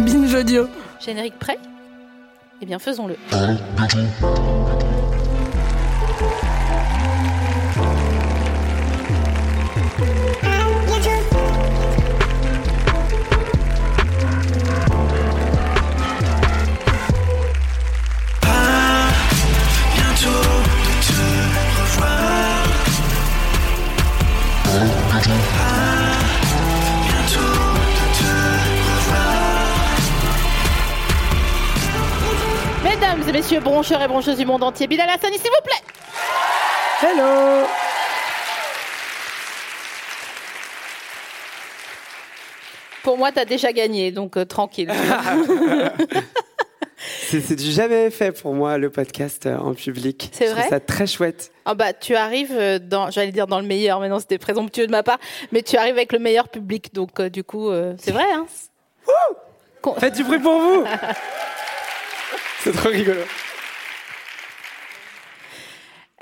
Binge audio. Générique prêt Eh bien, faisons-le. Mesdames et messieurs, broncheurs et broncheuses du monde entier, Bilal Hassani, s'il vous plaît Hello. Pour moi, t'as déjà gagné, donc euh, tranquille. C'est c'est du jamais fait pour moi le podcast euh, en public. C'est Je trouve vrai ça très chouette. Ah bah, tu arrives euh, dans, j'allais dire dans le meilleur, mais non, c'était présomptueux de ma part, mais tu arrives avec le meilleur public, donc euh, du coup, euh, c'est vrai, hein Faites du bruit pour vous. C'est trop rigolo.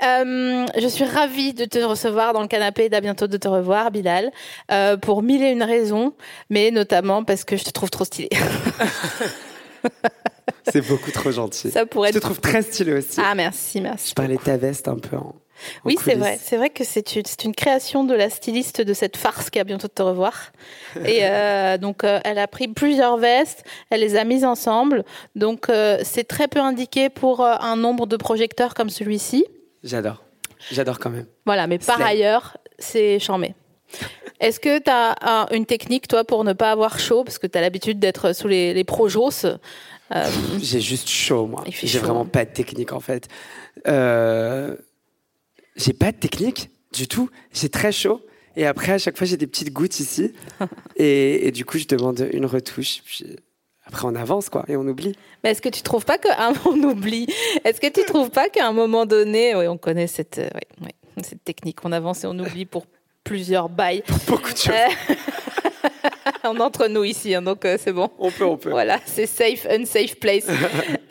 Euh, je suis ravie de te recevoir dans le canapé et d'à bientôt de te revoir, Bilal, euh, pour mille et une raisons, mais notamment parce que je te trouve trop stylé. C'est beaucoup trop gentil. Ça pourrait Je te être- trouve très stylé aussi. Ah, merci, merci. Je parlais de ta veste un peu en. en Oui, c'est coulisses. vrai. C'est vrai que c'est une, c'est une création de la styliste de cette farce qui a bientôt de te revoir. Et euh, donc, euh, elle a pris plusieurs vestes, elle les a mises ensemble. Donc, euh, c'est très peu indiqué pour euh, un nombre de projecteurs comme celui-ci. J'adore. J'adore quand même. Voilà, mais par Slay. ailleurs, c'est charmé. Est-ce que tu as une technique, toi, pour ne pas avoir chaud Parce que tu as l'habitude d'être sous les, les projos. Euh, Mmh. J'ai juste chaud moi. Il fait J'ai chaud. vraiment pas de technique en fait. Euh, J'ai pas de technique du tout. J'ai très chaud. Et après, à chaque fois, j'ai des petites gouttes ici. et, et du coup, je demande une retouche. Puis après, on avance, quoi. Et on oublie. Mais est-ce que tu trouves pas qu'un on oublie Est-ce que tu trouves pas qu'à un moment donné, oui, on connaît cette, euh, oui, oui, cette technique, on avance et on oublie pour plusieurs bails. Beaucoup de choses. on est entre nous ici, hein, donc euh, c'est bon. On peut, on peut. Voilà, c'est safe, unsafe place.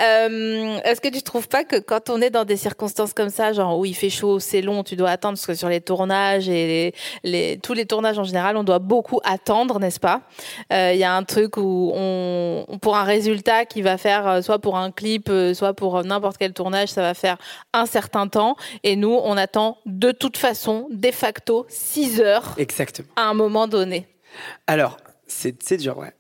Euh, Est-ce que tu trouves pas que quand on est dans des circonstances comme ça, genre où il fait chaud, c'est long, tu dois attendre, parce que sur les tournages et les, les- tous les tournages en général, on doit beaucoup attendre, n'est-ce pas Euh, Il y a un truc où on, on- pour un résultat qui va faire, euh, soit pour un clip, euh, soit pour euh, n'importe quel tournage, ça va faire un certain temps. Et nous, on attend de toute façon, de facto, 6 heures Exactement. à un moment donné. Alors, c'est c'est dur, ouais.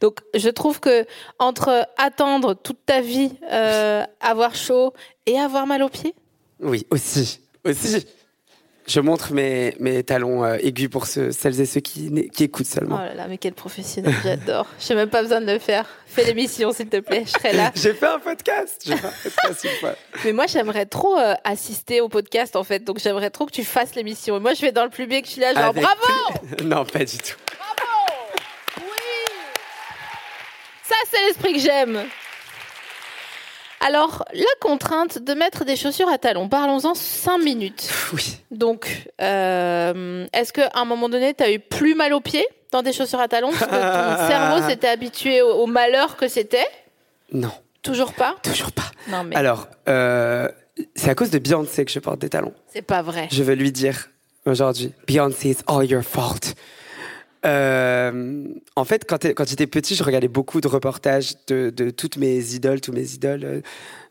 Donc, je trouve que entre attendre toute ta vie, euh, avoir chaud et avoir mal aux pieds, Oui, aussi. Aussi. Je montre mes, mes talons euh, aigus pour ceux- celles et ceux qui, n- qui écoutent oh seulement. là là, mais quel professionnel, j'adore. J'ai même pas besoin de le faire. Fais l'émission, s'il te plaît, je serai là. J'ai fait un podcast. J'ai fait un podcast une fois. Mais moi, j'aimerais trop euh, assister au podcast, en fait. Donc, j'aimerais trop que tu fasses l'émission. Et moi, je vais dans le public, je suis là, genre, Avec bravo non, pas du tout. Ça, c'est l'esprit que j'aime. Alors, la contrainte de mettre des chaussures à talons, parlons-en cinq minutes. Oui. Donc, euh, est-ce qu'à un moment donné, tu as eu plus mal aux pieds dans des chaussures à talons Parce que ton cerveau s'était habitué au, au malheur que c'était Non, Toujours pas toujours pas. Non, mais Alors, euh, c'est à cause de Beyoncé que je porte des talons. c'est pas vrai. Je vais lui dire aujourd'hui, Beyoncé, it's all your fault. Euh, en fait, quand, t'es- quand j'étais petit, je regardais beaucoup de reportages de, de toutes mes idoles, tous mes idoles, euh,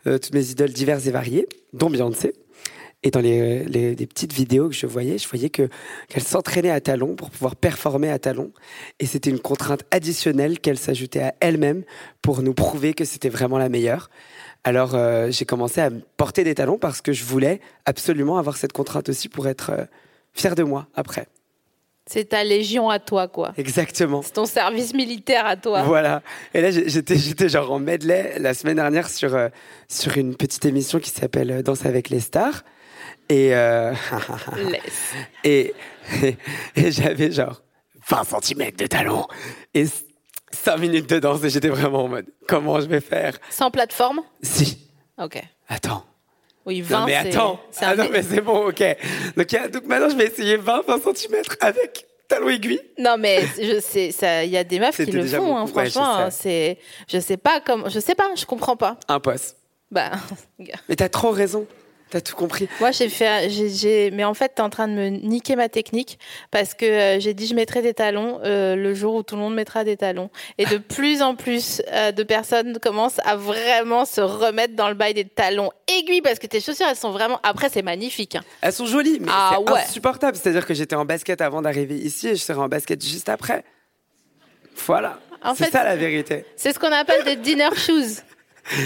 euh, toutes mes idoles diverses et variées, dont Beyoncé. Et dans les, les- les petites vidéos que je voyais, je voyais que qu'elle s'entraînait à talons pour pouvoir performer à talons. Et c'était une contrainte additionnelle qu'elle s'ajoutait à elle-même pour nous prouver que c'était vraiment la meilleure. Alors euh, j'ai commencé à me porter des talons parce que je voulais absolument avoir cette contrainte aussi pour être euh, fier de moi après. C'est ta légion à toi, quoi. Exactement. C'est ton service militaire à toi. Voilà. Et là, j'ai- j'étais, j'étais genre en medley la semaine dernière sur, euh, sur une petite émission qui s'appelle euh, Danse avec les stars. Et, euh, Laisse. et, et, et j'avais genre 20 cm de talon et 5 minutes de danse et j'étais vraiment en mode comment je vais faire Sans plateforme Si, Ok. attends. Oui, 20, Non mais c'est- attends, c'est ah un- non mais c'est bon, ok. Donc, il y a- donc maintenant je vais essayer 20, 20 cm avec talon aiguille. Non mais je sais ça il y a des meufs qui C'était le déjà font hein, beaucoup, ouais, je franchement sais. hein, c'est je sais pas comme je sais pas je comprends pas Un poste. bah Mais t'as trop raison, t'as tout compris. moi j'ai fait j'ai- j'ai mais en fait t'es en train de me niquer ma technique parce que euh, j'ai dit je mettrai des talons euh, le jour où tout le monde mettra des talons et de plus en plus euh, de personnes commencent à vraiment se remettre dans le bail des talons aiguilles parce que tes chaussures elles sont vraiment après c'est magnifique hein. Elles sont jolies, mais Ah c'est ouais. insupportable. C'est-à-dire que j'étais en basket avant d'arriver ici et je serai en basket juste après. Voilà. En C'est fait- ça la vérité. c'est ce qu'on appelle des dinner shoes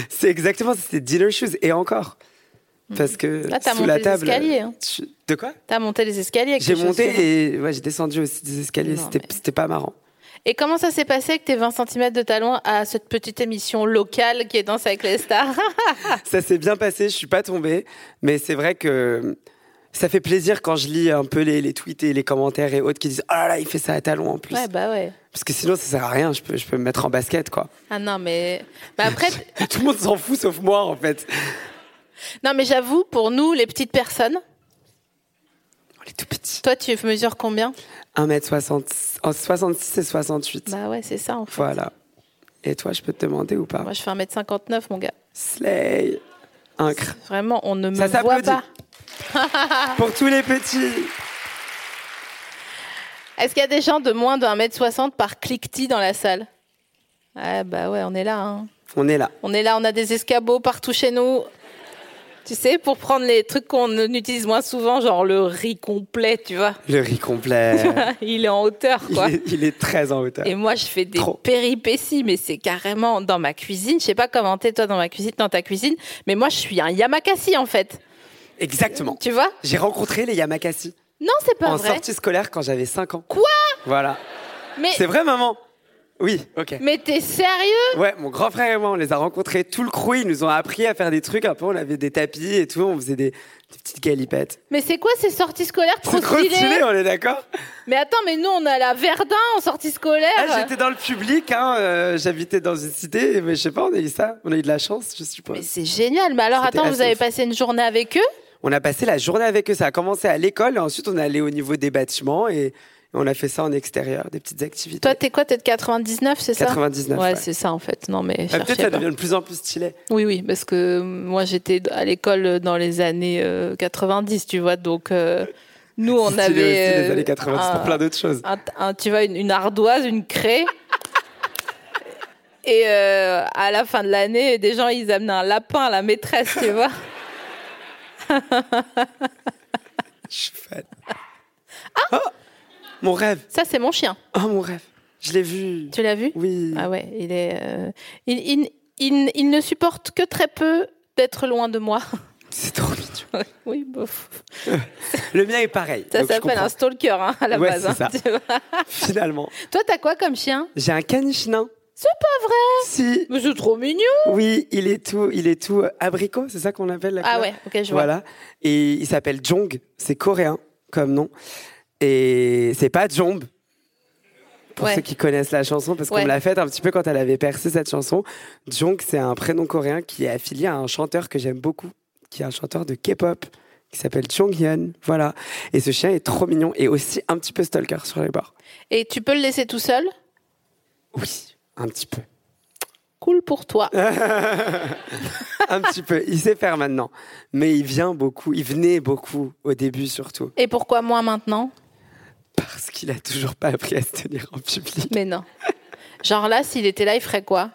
C'est exactement ça, c'est dealer shoes et encore. Parce que Mm-hmm. Là, t'as sous monté la les table. escaliers, hein. tu- De quoi t'as monté les escaliers avec J'ai tes chaussures. monté et ouais, j'ai descendu aussi des escaliers. Non, C'était mais- c'était pas marrant. Et comment ça s'est passé avec tes 20 cm de talons à cette petite émission locale qui est Danse avec les stars Ça s'est bien passé, je suis pas tombée. Mais c'est vrai que ça fait plaisir quand je lis un peu les, les tweets et les commentaires et autres qui disent Oh là là, il fait ça à talons en plus. Ouais, bah ouais. Parce que sinon, ça sert à rien. Je peux, je peux me mettre en basket, quoi. Ah non, mais, mais après, t- Tout le monde s'en fout sauf moi, en fait. non, mais j'avoue, pour nous, les petites personnes, On est tout petit. toi, tu mesures combien 1m60, entre 66 euh, et 68. Bah ouais, c'est ça, en fait. Voilà. Et toi, je peux te demander ou pas Moi, je fais 1m59, mon gars. Slay. Incre. Vraiment, on ne me Ça voit s'applaudit. pas. Pour tous les petits. Est-ce qu'il y a des gens de moins de 1m60 par cliquetis dans la salle Ouais, bah ouais, on est là, hein. On est là. On est là, on a des escabeaux partout chez nous. Tu sais, pour prendre les trucs qu'on utilise moins souvent, genre le riz complet, tu vois. Le riz complet. il est en hauteur, il, quoi. est, il est très en hauteur. Et moi, je fais des Trop. péripéties, mais c'est carrément dans ma cuisine. Je sais pas comment t'es, toi, dans ma cuisine, dans ta cuisine, mais moi, je suis un yamakasi, en fait. Exactement. Tu vois J'ai rencontré les Yamakasi Non, c'est pas en vrai. sortie scolaire quand j'avais 5 ans. Quoi Voilà. Mais, C'est vrai, maman Oui, ok. mais t'es sérieux Ouais, mon grand frère et moi, on les a rencontrés tout le crew. Ils nous ont appris à faire des trucs un peu. On avait des tapis et tout. On faisait des, des petites galipettes. Mais c'est quoi ces sorties scolaires trop C'est trop stylées stylé, on est d'accord Mais attends, mais nous, on est à la Verdun en sortie Ah, scolaire. J'étais dans le public, hein, euh, j'habitais dans une cité, mais je sais pas, on a eu ça, on a eu de la chance, je suppose. mais c'est génial. Mais alors, C'était attends, vous assez avez ouf. passé une journée avec eux On a passé la journée avec eux, ça a commencé à l'école, et ensuite on est allé au niveau des bâtiments et on a fait ça en extérieur, des petites activités. Toi, t'es quoi T'es de 99, c'est ça 99, Ouais, ouais. c'est ça, en fait. Non, mais Ah, cherchez Peut-être ça pas. devient de plus en plus stylé. Oui, oui, parce que euh, moi j'étais d- à l'école euh, dans les années euh, 90, tu vois, donc euh, nous on Stylé avait aussi, les euh, années 90 un- pour plein d'autres choses. un- un- tu vois, une, une ardoise, une craie. Et euh, à la fin de l'année, des gens ils amenaient un lapin à la maîtresse, tu vois. Je suis fan. Ah Mon rêve, Ça c'est mon chien. oh mon rêve, je l'ai vu. Tu l'as vu Oui. Ah ouais, il est, euh, il, il- il- il ne supporte que très peu d'être loin de moi. C'est trop mignon. oui, bof. Le mien est pareil. Ça donc je s'appelle comprends. un stalker hein, à la Ouais, base. c'est hein, ça. tu vois. Finalement, Toi t'as quoi comme chien j'ai un caniche nain. C'est pas vrai. Si, Mais c'est trop mignon. oui, il est tout, il est tout euh, abricot, c'est ça qu'on appelle la Ah couleur ouais, ok, je vois. Voilà. Et il s'appelle Jong. C'est coréen comme nom. Et c'est pas Jomb. Pour Ouais. ceux qui connaissent la chanson, parce Ouais. qu'on me l'a faite un petit peu quand elle avait percé cette chanson. Jong, c'est un prénom coréen qui est affilié à un chanteur que j'aime beaucoup, qui est un chanteur de K-pop, qui s'appelle Jong Hyun. Voilà. Et ce chien est trop mignon et aussi un petit peu stalker sur les bords. Et tu peux le laisser tout seul Oui, un petit peu. Cool pour toi. Hein? un petit peu. Il sait faire maintenant. Mais il vient beaucoup. Il venait beaucoup au début surtout. Et pourquoi moi maintenant Parce qu'il a toujours pas appris à se tenir en public. Mais non. Genre là, s'il était là, il ferait quoi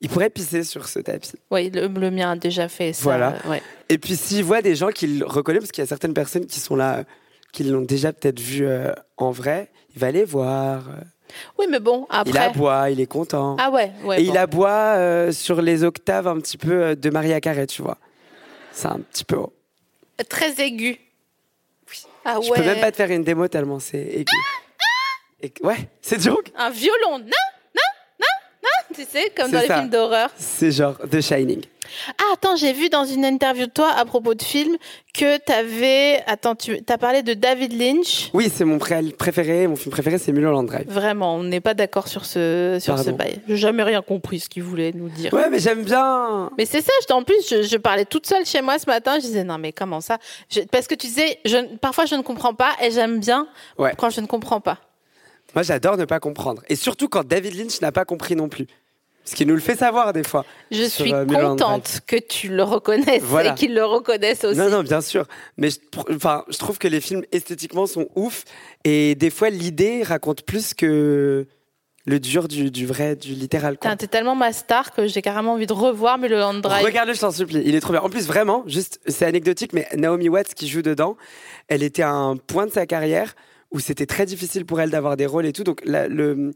Il pourrait pisser sur ce tapis. Oui, le, le mien a déjà fait ça. Voilà. euh, ouais. Et puis s'il voit des gens qu'il reconnaît, parce qu'il y a certaines personnes qui sont là, euh, qui l'ont déjà peut-être vu euh, en vrai, il va les voir. Euh, Oui, mais bon, Il après. aboie, il est content. Ah ouais, ouais. Et bon. il aboie euh, sur les octaves un petit peu euh, de Maria Carré, tu vois. C'est un petit peu haut. Très aigu. Ah Je ouais. peux même pas te faire une démo tellement c'est aigu. Et- ouais, c'est joke. Un violon. Non, non, non, non. Tu sais, comme C'est dans les ça. films d'horreur. C'est genre The Shining. Ah, attends, j'ai vu dans une interview de toi à propos de film que t'avais. Attends, tu as parlé de David Lynch. Oui, c'est mon pré- préféré, mon film préféré, c'est Mulholland Drive. Vraiment, on n'est pas d'accord sur ce, sur ce Pardon. bail. J'ai jamais rien compris ce qu'il voulait nous dire. Ouais, mais j'aime bien. Mais c'est ça, je, en plus, je, je parlais toute seule chez moi ce matin, je disais non mais comment ça Je- Parce que tu disais, je, parfois je ne comprends pas et j'aime bien Ouais. quand je ne comprends pas. Moi, j'adore ne pas comprendre. Et surtout quand David Lynch n'a pas compris non plus. Ce qui nous le fait savoir des fois. Je Sur, suis euh, Mulholland Drive. contente que tu le reconnaisses Voilà. et qu'ils le reconnaissent aussi. Non, non, bien sûr. Mais je, pr- enfin, je trouve que les films esthétiquement sont ouf. Et des fois, l'idée raconte plus que le dur du, du vrai, du littéral. quoi. Putain, T'es tellement ma star que j'ai carrément envie de revoir mais le land drive. Regarde-le, je t'en supplie. Il est trop bien. En plus, vraiment, juste, c'est anecdotique, mais Naomi Watts qui joue dedans, elle était à un point de sa carrière où c'était très difficile pour elle d'avoir des rôles et tout. Donc, la- le,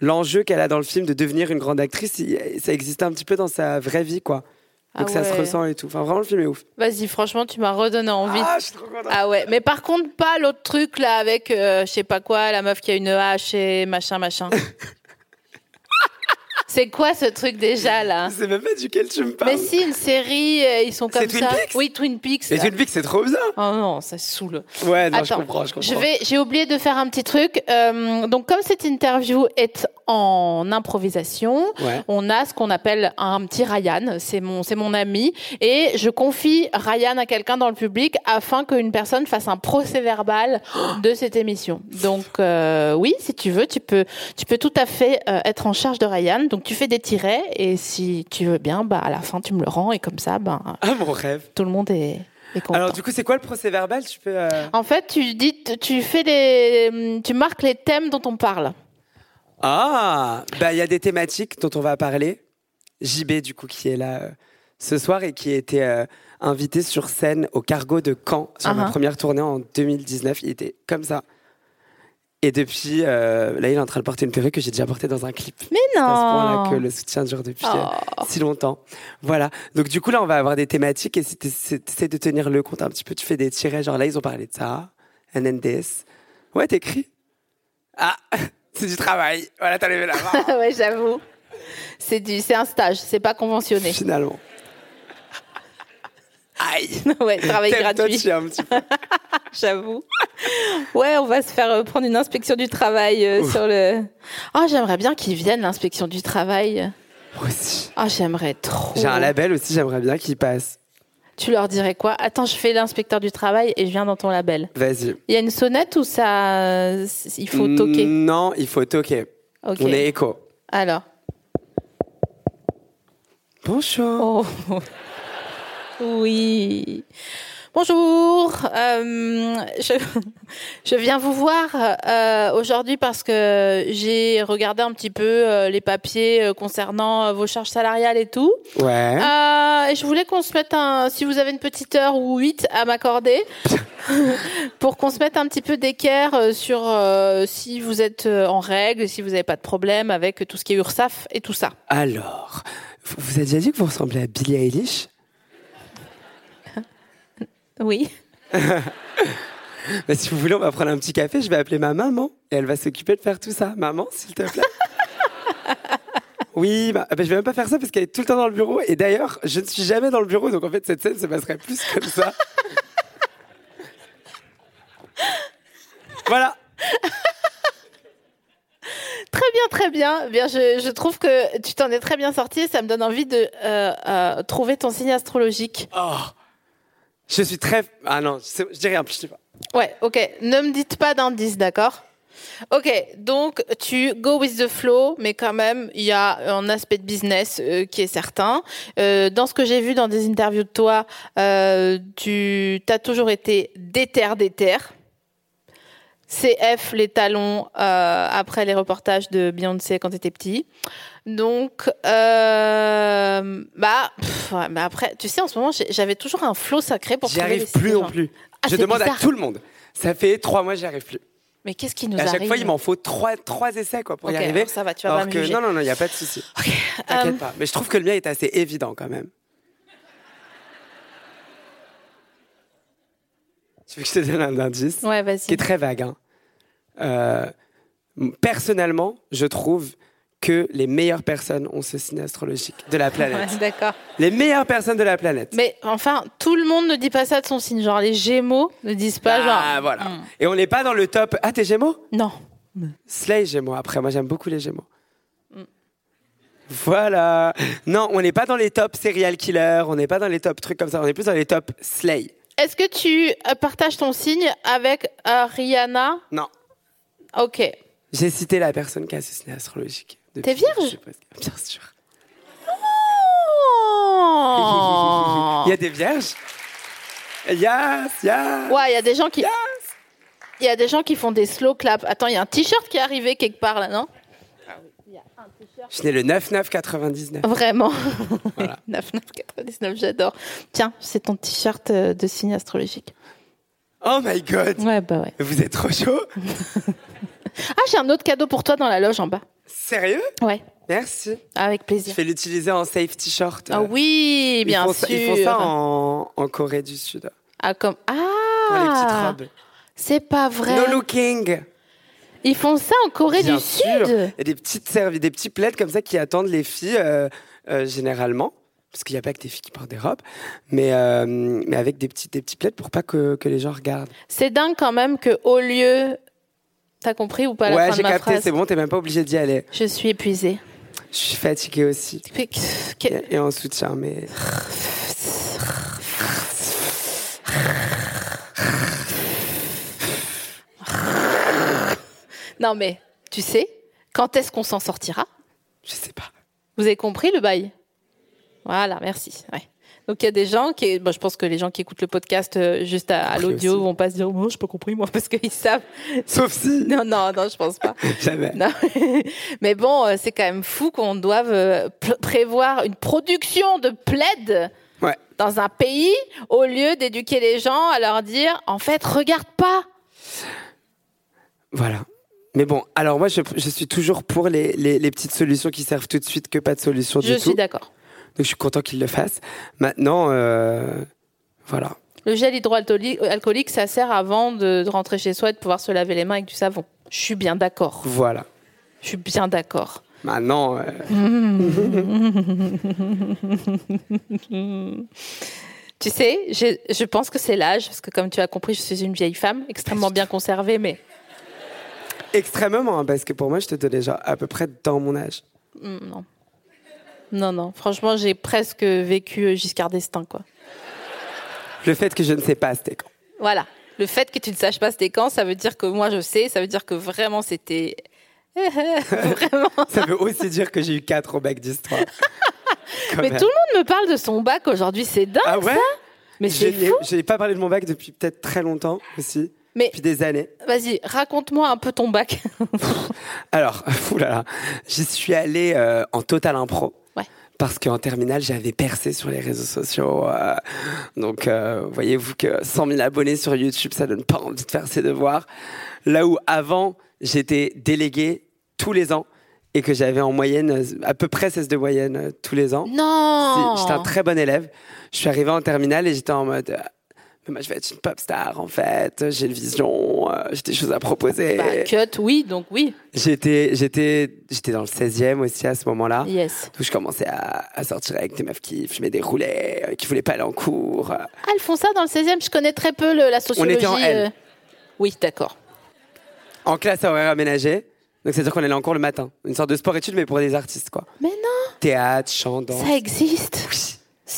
l'enjeu qu'elle a dans le film de devenir une grande actrice, il- ça existait un petit peu dans sa vraie vie, quoi. Ah Donc, ça se ouais. ressent et tout. Enfin, vraiment, le film est ouf. Vas-y, franchement, tu m'as redonné envie. Ah, je suis trop contente. Ah ouais, mais par contre pas l'autre truc là avec euh, je sais pas quoi, la meuf qui a une hache et machin machin. c'est quoi ce truc déjà là Je sais même pas duquel tu me parles. Mais si une série, euh, ils sont C'est comme Twin ça. Peaks oui, Twin Peaks. Et là. tu le dis que c'est trop bien. Oh non, ça saoule. Ouais, non, je Attends, comprends, je comprends. vais, j'ai oublié de faire un petit truc. Euh, donc, comme cette interview est en improvisation, Ouais. on a ce qu'on appelle un petit Ryan. C'est mon, c'est mon ami, et je confie Ryan à quelqu'un dans le public afin qu'une personne fasse un procès-verbal de cette émission. Donc, euh, oui, si tu veux, tu peux, tu peux tout à fait euh, être en charge de Ryan. Donc, tu fais des tirets, et si tu veux bien, bah à la fin, tu me le rends, et comme ça, ben Ah, mon rêve. tout le monde est, est content. Alors, du coup, c'est quoi le procès verbal Tu peux. euh, En fait, tu dis, tu fais les, tu marques les thèmes dont on parle. Ah, bah il y a des thématiques dont on va parler. JB du coup qui est là euh, ce soir et qui était euh, invité sur scène au Cargo de Caen sur ma Uh-huh. première tournée en 2019. Il était comme ça. Et depuis, euh, là, il est en train de porter une perruque que j'ai déjà portée dans un clip. Mais C'est à ce point-là non. que le soutien dure depuis Oh. euh, si longtemps. Voilà. Donc, du coup, là, on va avoir des thématiques et c'est- c'est t'essaies de tenir le compte un petit peu. Tu fais des tirets, genre là, ils ont parlé de ça, NNDS. Ouais, t'écris. Ah, c'est du travail. Voilà, t'as levé la main. Ah ouais, j'avoue. C'est du, c'est un stage. C'est pas conventionné. Finalement. Aïe. ouais, travail T'aimes, toi, gratuit. tu es un petit peu. J'avoue. Ouais, on va se faire euh, prendre une inspection du travail euh, sur le. Oh, j'aimerais bien qu'ils viennent l'inspection du travail. Moi aussi. Oh, j'aimerais trop. J'ai un label aussi, j'aimerais bien qu'il passe. Tu leur dirais quoi Attends, je fais l'inspecteur du travail et je viens dans ton label. Vas-y. Il y a une sonnette ou ça, euh, il faut Hmm. toquer. Non, il faut toquer. Ok. On est écho. Alors. Bonjour. Oh. Oui. Bonjour. Euh, je, je viens vous voir euh, aujourd'hui parce que j'ai regardé un petit peu euh, les papiers euh, concernant euh, vos charges salariales et tout. Ouais. Euh, et je voulais qu'on se mette un, si vous avez une petite heure ou huit à m'accorder, pour qu'on se mette un petit peu d'équerre euh, sur euh, si vous êtes euh, en règle, si vous n'avez pas de problème avec tout ce qui est URSAF et tout ça. Alors, vous vous avez déjà dit que vous ressemblez à Billie Eilish Oui. Bah, Si vous voulez, on va prendre un petit café, je vais appeler ma maman et elle va s'occuper de faire tout ça. Maman, s'il te plaît. Oui, bah, bah, je vais même pas faire ça parce qu'elle est tout le temps dans le bureau. Et d'ailleurs, je ne suis jamais dans le bureau, donc en fait, cette scène se passerait plus comme ça. voilà. Très bien, très bien. Bien, je, je trouve que tu t'en es très bien sorti et ça me donne envie de euh, euh, trouver ton signe astrologique. Oh. Je suis très. Ah non, je, sais- je dis rien, je sais pas. Ouais, ok. Ne me dites pas d'indice, d'accord Ok, donc tu go with the flow, mais quand même, il y a un aspect de business euh, qui est certain. Euh, dans ce que j'ai vu dans des interviews de toi, euh, tu as toujours été déter, déter. CF, les talons, euh, après les reportages de Beyoncé quand tu étais petit. Donc, euh, bah, pff, ouais, mais après, tu sais, en ce moment, j'ai- j'avais toujours un flow sacré pour J'y trouver les arrive signes des plus non gens. plus. Ah, je c'est demande à bizarre. tout le monde. Ça fait trois mois, j'y arrive plus. Mais qu'est-ce qui nous Et à arrive chaque fois, il m'en faut trois, trois essais quoi, pour Ok, y arriver. alors ça va, tu vas Alors pas me que- juger. Non, non, non, il n'y a pas de souci. T'inquiète euh, pas. Mais je trouve que le mien est assez évident quand même. Tu veux que je te donne un indice Ouais, vas-y. qui est très vague. hein. Euh, personnellement, je trouve que les meilleures personnes ont ce signe astrologique de la planète. Ouais, D'accord. Les meilleures personnes de la planète. Mais enfin, tout le monde ne dit pas ça de son signe. Genre, les Gémeaux ne disent pas Ah, genre. Mm. Hmm. voilà. Et on n'est pas dans le top. Ah, t'es Gémeaux Non. Slay Gémeaux après. Moi, j'aime beaucoup les Gémeaux. Mm. Voilà. Non, on n'est pas dans les tops serial killer, on n'est pas dans les tops trucs comme ça, on est plus dans les tops slay. Est-ce que tu euh, partages ton signe avec euh, Rihanna Non. Ok. J'ai cité la personne qui a ce signe astrologique. T'es Depuis- vierge je sais pas ce- Bien sûr. Oh Il y a des vierges Yes, yes. Ouais, il y a des gens qui. Yes. Il y a des gens qui font des slow claps. Attends, il y a un t-shirt qui est arrivé quelque part là, non Je suis né le 9-9-99. Vraiment. Voilà. 9999, j'adore. Tiens, c'est ton t-shirt euh, de signe astrologique. Oh my god. Ouais, bah ouais. Vous êtes trop chaud Ah, j'ai un autre cadeau pour toi dans la loge en bas. Sérieux Ouais, Merci. avec Je plaisir. vais l'utiliser en safe t-shirt. Ah oui, bien Euh, ils font sûr. Ça, ils font ça en, en Corée du Sud. Ah, comme... Pour les petites ah robes. C'est pas vrai. No looking. Ils font ça en Corée Bien du sûr. Sud. Il y a des petites serviettes, des petits plaids comme ça qui attendent les filles euh, euh, généralement. Parce qu'il n'y a pas que des filles qui portent des robes, mais, euh, mais avec des petits, des petits plaids pour pas que, que les gens regardent. C'est dingue quand même que au lieu. T'as compris ou pas la ouais, fin de j'ai ma capté, phrase c'est bon, t'es même pas obligé d'y aller. Je suis épuisée. Je suis fatiguée aussi. Et, et en soutien, mais. Non mais, tu sais, quand est-ce qu'on s'en sortira Je sais pas. Vous avez compris le bail Voilà, merci. Ouais. Donc il y a des gens qui, bon, je pense que les gens qui écoutent le podcast euh, juste à, à Compris l'audio aussi. vont pas se dire, moi, j'ai pas compris moi, parce qu'ils savent. Sauf si. Non, non, non, je pense pas. Jamais. Non. Mais bon, euh, c'est quand même fou qu'on doive euh, pl- prévoir une production de plaid Ouais. dans un pays au lieu d'éduquer les gens à leur dire en fait, regarde pas. Voilà. Mais bon, alors moi, je, je suis toujours pour les, les, les petites solutions qui servent tout de suite que pas de solution Je du suis tout. Donc d'accord. je suis content qu'ils le fassent. Maintenant, euh, voilà. Le gel hydroalcoolique alcoolique, ça sert avant de, de rentrer chez soi et de pouvoir se laver les mains avec du savon. Je suis bien d'accord. Voilà. Je suis bien d'accord. Maintenant, euh, Tu sais, j'ai- je pense que c'est l'âge, parce que comme tu as compris, je suis une vieille femme, extrêmement bien conservée, mais extrêmement, hein, parce que pour moi, je te donnais genre à peu près dans mon âge. non, non. Franchement, j'ai presque vécu euh, Giscard d'Estaing, quoi. Le fait que je ne sais pas, c'était quand Voilà. Le fait que tu ne saches pas c'était quand, ça veut dire que moi je sais, ça veut dire que vraiment c'était. vraiment. Ça veut aussi dire que j'ai eu 4 au bac d'histoire. Quand Mais même. tout le monde me parle de son bac aujourd'hui, c'est dingue ben. Ah ouais ça. Mais Je c'est n'ai- fou. J'ai pas parlé de mon bac depuis peut-être très longtemps aussi. Mais- Depuis des années. Vas-y, raconte-moi un peu ton bac. Alors, oulala, j'y suis allée euh, en total impro. Ouais. Parce qu'en terminale, j'avais percé sur les réseaux sociaux. euh, donc, euh, voyez-vous que 100 000 abonnés sur YouTube, ça donne pas envie de faire ses devoirs. Là où avant, j'étais délégué tous les ans et que j'avais en moyenne euh, à peu près 16 de moyenne euh, tous les ans. non. Si, J'étais un très bon élève. Je suis arrivé en terminale et j'étais en mode. euh, Mais moi, je vais être une pop star en fait. J'ai une vision, euh, j'ai des choses à proposer. Bah, cut, oui, donc oui. J'étais, j'étais, j'étais dans le 16e aussi à ce moment-là. Yes. Où je commençais à, à sortir avec des meufs qui fumaient des roulets, euh, qui voulaient pas aller en cours. euh. Ah, elles font ça dans le 16e, je connais très peu le- la sociologie. euh. était en L. Oui, d'accord. En classe à horaire aménagé. Donc, c'est-à-dire qu'on allait en cours le matin. Une sorte de sport-études, mais pour des artistes, quoi. Mais non, Théâtre, chant, danse. ça existe.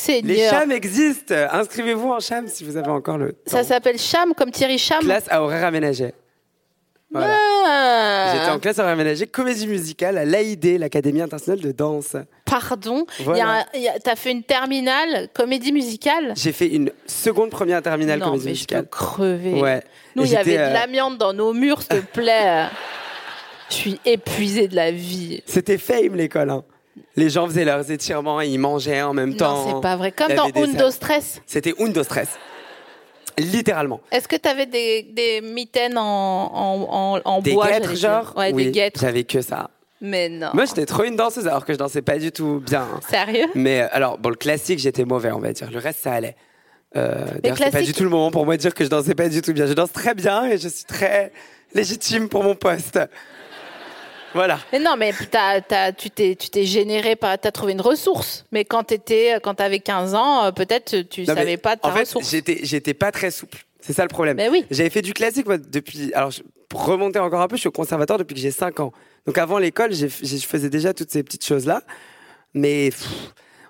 Les Seigneur. chams existent. Inscrivez-vous en cham si vous avez encore le temps. ça s'appelle Cham, comme Thierry Cham. Classe à horaire aménagé. Voilà. Ah. J'étais en classe à horaire aménagé, comédie musicale à l'AID, l'Académie internationale de danse. Pardon, il y a Voilà. un- il y a- t'as fait une terminale comédie musicale J'ai fait une seconde première terminale Non, comédie mais je peux musicale. crever. Ouais. Nous, Et il y avait j'étais, de euh, l'amiante dans nos murs, s'il te plaît. je suis épuisée de la vie. C'était fame l'école. hein. Les gens faisaient leurs étirements et ils mangeaient en même temps. Non, c'est pas vrai. Il Comme y dans avait des Undo salles. Stress. C'était undo stress. Littéralement. Est-ce que t'avais des, des mitaines en, en, en, en Des bois guêtres, j'allais dire. genre Ouais, Oui, des guêtres. J'avais que ça. Mais non. Moi, j'étais trop une danseuse alors que je dansais pas du tout bien. hein. Sérieux Mais euh, alors, bon, le classique, j'étais mauvais, on va dire. Le reste, ça allait. Euh, D'ailleurs, c'est pas classique- du tout le moment pour moi de dire que je dansais pas du tout bien. Je danse très bien et je suis très légitime pour mon poste. Voilà. Mais non, mais t'as- t'as- tu t'es tu t'es généré, par- t'as trouvé une ressource. Mais quand t'étais, quand t'avais 15 ans, euh, peut-être tu Non, mais savais pas ta En fait, ressource. j'étais, j'étais pas très souple. C'est ça le problème. Mais oui. J'avais fait du classique moi, depuis. Alors, je- pour remonter encore un peu, je suis au conservatoire depuis que j'ai 5 ans. Donc, avant l'école, j'ai- j'ai- je faisais déjà toutes ces petites choses-là. Mais pff,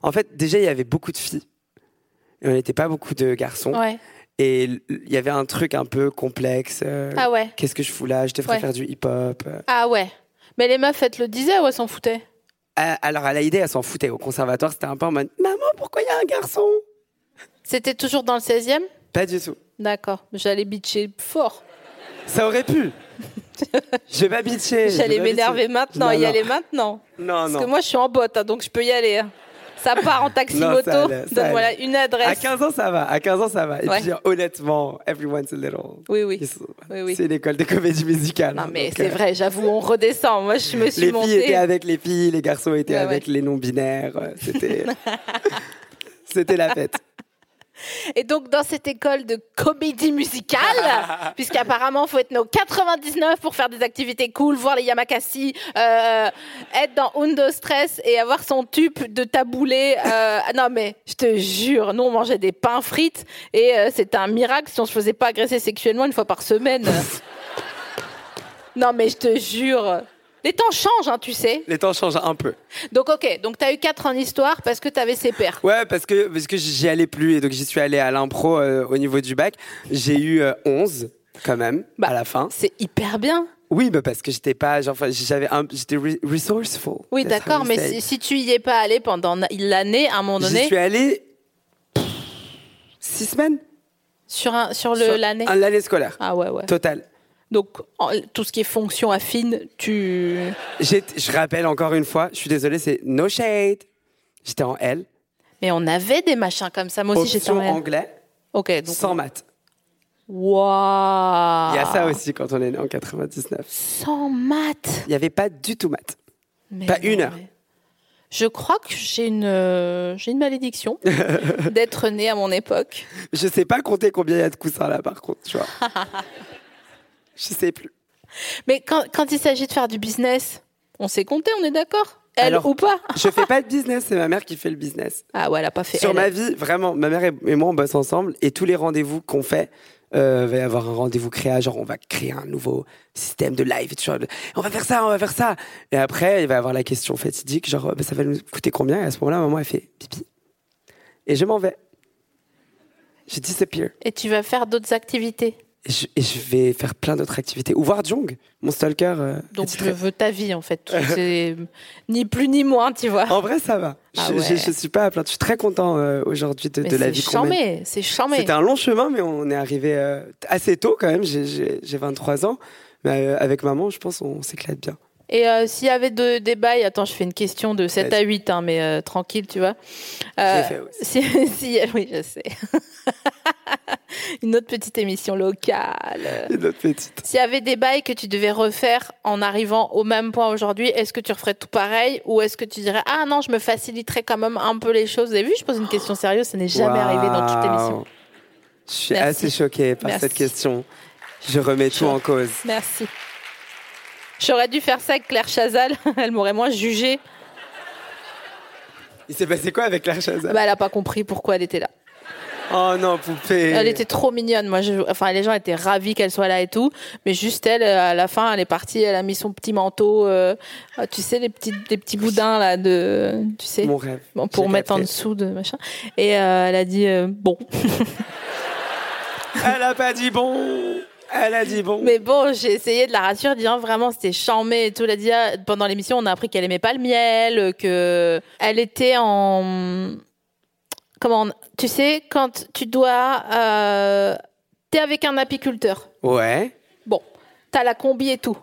en fait, déjà, il y avait beaucoup de filles. Et on n'était pas beaucoup de garçons. Ouais. Et l- il y avait un truc un peu complexe. euh, Ah ouais. Qu'est-ce que je fous là Je devrais Ouais. faire du hip-hop. euh. Ah ouais. Mais les meufs, elles te le disaient ou elles s'en foutaient Ah, Alors, à la idée, elle s'en foutait. Au conservatoire, c'était un peu en mode Maman, pourquoi il y a un garçon C'était toujours dans le 16e Pas du tout. D'accord. J'allais bitcher fort. Ça aurait pu. je vais pas bitcher. Eh, je vais J'allais pas m'énerver bitcher. maintenant, Non, y non. aller maintenant. Non, Parce non. que moi, je suis en botte, hein, donc je peux y aller. hein. Ça part en taxi Non, moto. ça allait, ça Donc voilà, allait. une À adresse. 15 ans, ça va. À 15 ans, ça va. Et Ouais. puis, euh, honnêtement, everyone's a little. Oui, oui. Ils sont- Oui, oui. C'est une école de comédie musicale. Non, hein, mais donc, c'est euh, vrai, j'avoue, on redescend. Moi, je me suis Les filles montée. étaient avec les filles, les garçons étaient Ouais, avec ouais. les non-binaires. euh, C'était. C'était la fête. Et donc, dans cette école de comédie musicale, puisqu'apparemment, faut être nos 99 pour faire des activités cool, voir les Yamakasi, euh, être dans Undo Stress et avoir son tube de taboulé. euh, non, mais je te jure, nous, on mangeait des pains frites et euh, c'était un miracle si on se faisait pas agresser sexuellement une fois par semaine. non, mais je te jure. Les temps changent, hein, tu sais. Les temps changent un peu. Donc, ok, donc t'as eu 4 en histoire parce que t'avais ses pères. Ouais, parce que, parce que j'y allais plus et donc j'y suis allé à l'impro euh, au niveau du bac. J'ai eu euh, 11 quand même Bah, à la fin. C'est hyper bien. Oui, bah parce que j'étais pas, genre, enfin, j'avais un, j'étais re- resourceful. Oui, That's d'accord, how you mais say si, it. si tu y es pas allé pendant na- l'année, à un moment j'y donné, suis allé pff, six semaines. sur, un, sur Sur- le- l'année. un- L'année scolaire. Ah ouais, ouais. Total. Donc, en- tout ce qui est fonction affine, tu. J'ai- Je rappelle encore une fois, je suis désolé, c'est no shade. J'étais en L. Mais on avait des machins comme ça. Moi aussi, j'étais option en L. anglais, Ok, donc. sans maths. Waouh Il y a Ah. ça aussi quand on est né en 99. Sans maths Il n'y avait pas du tout maths. Mais Pas une heure. Je crois que j'ai une, euh, j'ai une malédiction d'être née à mon époque. Je sais pas compter combien il y a de coussins là, par contre, tu vois. je sais plus. Mais quand, quand il s'agit de faire du business, on s'est compté, on est d'accord Elle Alors- ou pas Je fais pas de business, c'est ma mère qui fait le business. Ah ouais, elle a pas fait. Sur elle. ma vie, vraiment, ma mère et et moi, on bosse ensemble et tous les rendez-vous qu'on fait, euh, va y avoir un rendez-vous créa, genre on va créer un nouveau système de live, tu vois, de- on va faire ça, on va faire ça. Et après, il va y avoir la question fatidique, genre euh, bah, ça va nous coûter combien Et à ce moment-là, maman, elle fait pipi. Et je m'en vais. Je disappear. Et tu vas faire d'autres activités Et je, et je vais faire plein d'autres activités. Ou voir Jong, mon stalker. euh, Donc attitré. je veux ta vie en fait. C'est ni plus ni moins, tu vois. En vrai, ça va. Ah je, ouais. je- je suis pas à plaindre. Je suis très content euh, aujourd'hui de, Mais de la c'est vie qu'on mène. charmé, c'est charmé. C'était un long chemin, mais on est arrivé euh, assez tôt quand même. J'ai- J'ai j'ai 23 ans. Mais euh, avec maman, je pense on s'éclate bien. Et euh, s'il y avait de, des bails, attends, je fais une question de 7 à Vas-y. 8, hein, mais euh, tranquille, tu vois. Euh, Je l'ai fait aussi. si- si- oui, je sais. une autre petite émission locale. Et notre petite. S'il y avait des bails que tu devais refaire en arrivant au même point aujourd'hui, est-ce que tu referais tout pareil ou est-ce que tu dirais ah non, je me faciliterais quand même un peu les choses Vous avez vu, je pose une question sérieuse, ça n'est jamais arrivé dans toute émission. Waouh. Je suis Merci. assez choquée par Merci. cette question. Je remets Je- tout en cause. Merci. J'aurais dû faire ça avec Claire Chazal, elle m'aurait moins jugée. Il s'est passé quoi avec la chose Bah, elle a pas compris pourquoi elle était là. Oh non, poupée. Elle était trop mignonne. Moi, je- enfin, les gens étaient ravis qu'elle soit là et tout, mais juste elle, euh, à la fin, elle est partie. Elle a mis son petit manteau, euh, ah, tu sais, les petits, les petits boudins là de, tu sais, Mon rêve. bon, pour J'ai mettre en capté. dessous de machin. Et euh, elle a dit euh, bon, Elle a pas dit bon. Elle a dit bon. mais bon, j'ai essayé de la rassurer, en disant vraiment c'était charmé et tout. Elle a dit ah, pendant l'émission, on a appris qu'elle aimait pas le miel, euh, que elle était en comment, on- tu sais, quand tu dois, euh... t'es avec un apiculteur. Ouais. Bon, t'as la combi et tout,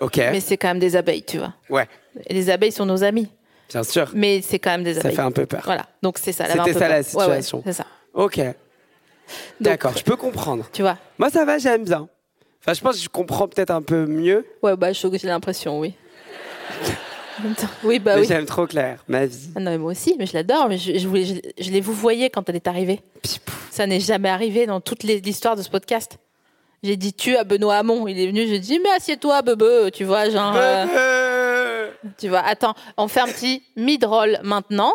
Ok. mais c'est quand même des abeilles, tu vois. Ouais. Et les abeilles sont nos amis, Bien sûr. mais c'est quand même des Ça abeilles. fait un peu peur. Voilà, donc c'est ça. elle avait C'était un peu ça, la peur. Ouais, ouais, situation. c'est ça. Ok. Donc, D'accord. Je peux comprendre. Tu vois. Moi, ça va. J'aime bien. Enfin, je pense que je comprends peut-être un peu mieux. Ouais, bah je- j'ai l'impression, oui. En même temps, oui, bah Mais oui. J'aime trop Claire, ma vie. Ah non, mais moi aussi, mais je l'adore. Mais je, je, voulais, je, je l'ai vous voyez quand elle est arrivée. Ça n'est jamais arrivé dans toute les- l'histoire de ce podcast. J'ai dit tu à Benoît Hamon. Il est venu, j'ai dit mais assieds-toi, bebe, tu vois, genre. euh, Tu vois, attends, on fait un petit mid-roll maintenant.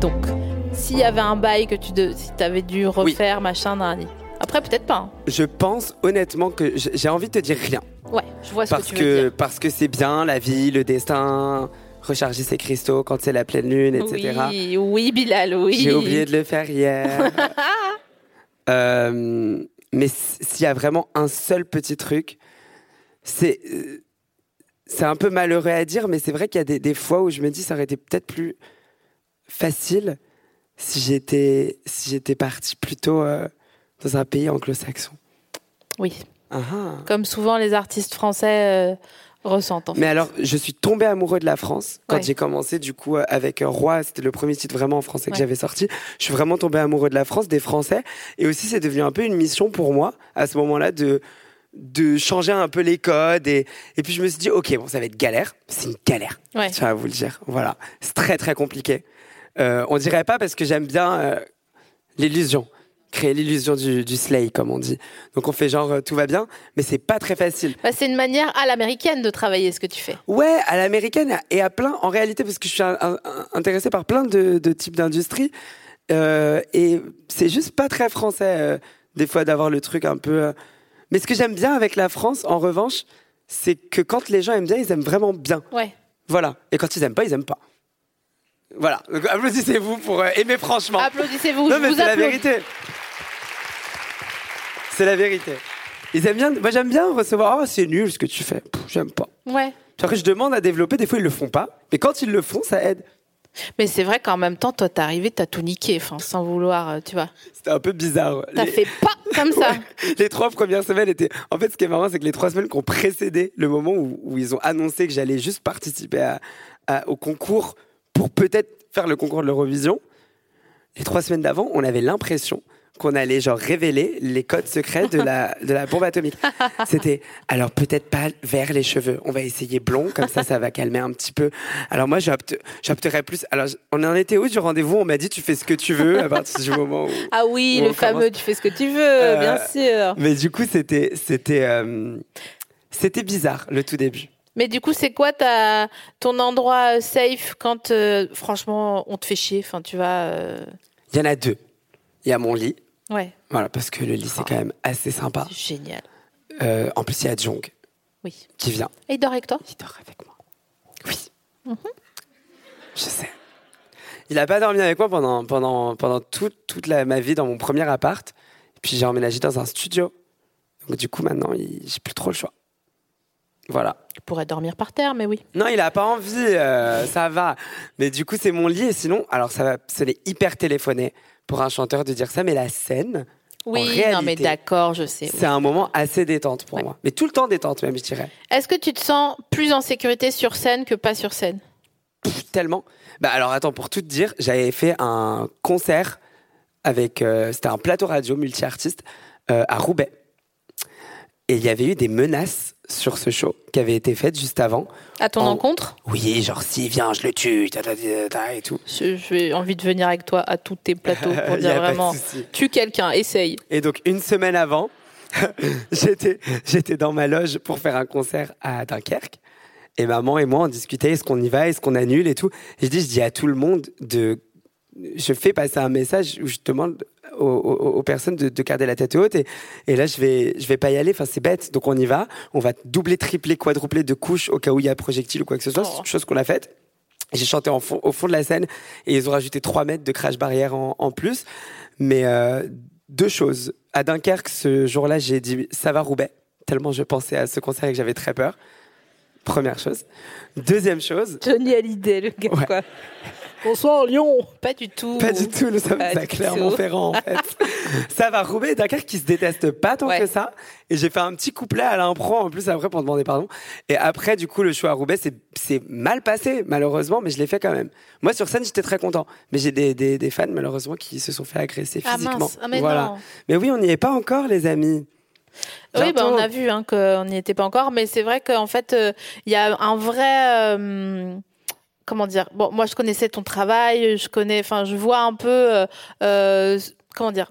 Donc, s'il y avait un bail que tu de, si t'avais dû refaire, machin, nan, nan. Après, peut-être pas. hein. Je pense honnêtement que j- j'ai envie de te dire rien. Ouais, je vois ce Parce que tu veux que, dire. parce que c'est bien la vie, le destin, recharger ses cristaux quand c'est la pleine lune, etc. Oui, oui, Bilal, oui. J'ai oublié de le faire hier. Euh, mais s- s'il y a vraiment un seul petit truc, c'est euh, c'est un peu malheureux à dire, mais c'est vrai qu'il y a des, des fois où je me dis ça aurait été peut-être plus facile si j'étais si j'étais partie plutôt euh, dans un pays anglo-saxon. Oui, Ah ah. comme souvent les artistes français euh, ressentent. En fait. Mais alors, je suis tombé amoureux de la France quand Ouais. j'ai commencé, du coup, euh, avec euh, Roi. C'était le premier titre vraiment en français que Ouais. j'avais sorti. Je suis vraiment tombé amoureux de la France, des Français. Et aussi, c'est devenu un peu une mission pour moi, à ce moment-là, de, de changer un peu les codes. Et, et puis, je me suis dit, OK, bon, ça va être galère. C'est une galère. Ouais. Ça va vous le dire. Voilà. C'est très, très compliqué. Euh, on dirait pas parce que j'aime bien euh, l'illusion. Créer l'illusion du, du slay, comme on dit. Donc, on fait genre, euh, tout va bien, mais c'est pas très facile. Bah, c'est une manière à l'américaine de travailler ce que tu fais. Ouais, à l'américaine et à plein, en réalité, parce que je suis un- un- intéressée par plein de, de types d'industries. euh, et c'est juste pas très français, euh, des fois, d'avoir le truc un peu. euh. Mais ce que j'aime bien avec la France, en revanche, c'est que quand les gens aiment bien, ils aiment vraiment bien. Ouais. Voilà. Et quand ils aiment pas, ils aiment pas. Voilà. Donc applaudissez-vous pour euh, aimer franchement. Applaudissez-vous, non, je mais vous c'est la applaudis. vérité. C'est la vérité. Ils aiment bien. Moi, j'aime bien recevoir. Ah, c'est nul ce que tu fais. Pff, J'aime pas. Ouais. Puis Après, je demande à développer. Des fois, ils le font pas. Mais quand ils le font, ça aide. Mais c'est vrai qu'en même temps, toi, t'es arrivé, t'as tout niqué, enfin, sans vouloir, euh, tu vois. C'était un peu bizarre. T'as Les- fait pas comme ça. Ouais. Les trois premières semaines étaient. En fait, ce qui est marrant, c'est que les trois semaines qui ont précédé le moment où, où ils ont annoncé que j'allais juste participer à- à- au concours pour peut-être faire le concours de l'Eurovision, les trois semaines d'avant, on avait l'impression qu'on allait genre révéler les codes secrets de la, de la bombe atomique. C'était alors peut-être pas vers les cheveux. On va essayer blond, comme ça, ça va calmer un petit peu. Alors moi, j'opte- j'opterais plus. Alors, j- on en était où du rendez-vous On m'a dit tu fais ce que tu veux à partir du moment où. Ah oui, Bon, le on commence. Euh. fameux, tu fais ce que tu veux, bien sûr. Mais du coup, c'était c'était euh, c'était bizarre le tout début. Mais du coup, c'est quoi ta, ton endroit euh, safe quand, euh, franchement, on te fait chier, enfin, tu vas. euh, Il y en a deux. Il y a mon lit, Ouais, voilà, parce que le lit c'est quand même assez sympa. c'est génial. Euh, en plus, il y a Jong Oui. qui vient. Et il dort avec toi Il dort avec moi. Oui. Je sais. Il a pas dormi avec moi pendant pendant pendant toute toute la- ma vie dans mon premier appart. Puis j'ai emménagé dans un studio. Donc du coup, maintenant, il- j'ai plus trop le choix. Voilà. Tu pourrais dormir par terre, mais oui. Non, il a pas envie, euh, ça va. Mais du coup, c'est mon lit. Et sinon, alors ça va sonner hyper téléphoné pour un chanteur de dire ça, mais la scène, Oui, En non, réalité, mais d'accord, je sais. c'est un moment assez détente pour moi. Mais tout le temps détente, même, je dirais. Est-ce que tu te sens plus en sécurité sur scène que pas sur scène Pff, Tellement. Bah alors, attends, pour tout te dire, j'avais fait un concert avec. euh, C'était un plateau radio multi-artiste euh, à Roubaix. Et il y avait eu des menaces sur ce show qui avaient été faites juste avant. À ton En- encontre Oui, genre, s'il vient, je le tue, ta, ta, ta, ta, et tout. Je- J'ai envie de venir avec toi à tous tes plateaux pour Y a dire pas de vraiment souci. tue quelqu'un, essaye. Et donc, une semaine avant, j'étais, j'étais dans ma loge pour faire un concert à Dunkerque. Et maman et moi, on discutait, est-ce qu'on y va, est-ce qu'on annule et tout. Et je dis, je dis à tout le monde de, je fais passer un message où je demande aux, aux- aux personnes de, de garder la tête haute et, et là, je vais, je vais pas y aller. Enfin, c'est bête. Donc, on y va. On va doubler, tripler, quadrupler de couches au cas où il y a projectile ou quoi que ce soit. Oh. C'est une chose qu'on a faite. J'ai chanté en fond- au fond de la scène et ils ont rajouté 3 mètres de crash barrière en, en plus. Mais euh, deux choses. À Dunkerque, ce jour-là, j'ai dit ça va Roubaix, tellement je pensais à ce concert et que j'avais très peur. Première chose. Deuxième chose. Johnny Hallyday, le gars, Ouais. quoi. Bonsoir Lyon. Pas du tout. Pas du tout, nous sommes Pas à du Clermont-Ferrand, en fait. ça va, Roubaix et Dakar qui se détestent pas tant Ouais. que ça. Et j'ai fait un petit couplet à l'impro, en plus, après, pour demander pardon. Et après, du coup, le show à Roubaix, c'est- c'est mal passé, malheureusement, mais je l'ai fait quand même. Moi, sur scène, j'étais très content. Mais j'ai des, des- des fans, malheureusement, qui se sont fait agresser Ah, physiquement. mince. Ah, mais voilà. non. Mais oui, on n'y est pas encore, les amis. Oui, bah, Bientôt. on a vu hein, qu'on n'y était pas encore, mais c'est vrai qu'en fait, euh, il y a un vrai. euh, comment dire Bon, moi, je connaissais ton travail, je connais. Enfin, je vois un peu. euh, euh, comment dire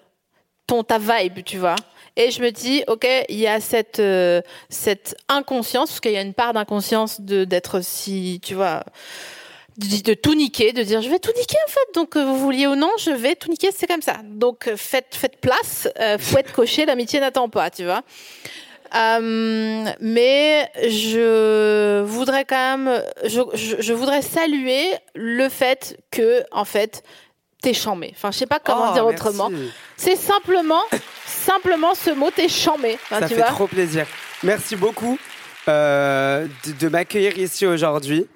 ton, Ta vibe, tu vois. Et je me dis, OK, il y a cette, euh, cette inconscience, parce qu'il y a une part d'inconscience de- d'être si. Tu vois de, de tout niquer, de dire je vais tout niquer en fait, donc euh, vous vouliez ou non, je vais tout niquer, c'est comme ça. Donc euh, faites, faites place, euh, faut être coché, l'amitié n'attend pas, tu vois. Euh, mais je voudrais quand même, je, je, je voudrais saluer le fait que en fait t'es chambé. Enfin, je sais pas comment Oh, dire merci. autrement. C'est simplement, simplement ce mot t'es chambé. Enfin, Ça tu fait vois. trop plaisir. Merci beaucoup euh, de, de m'accueillir ici aujourd'hui.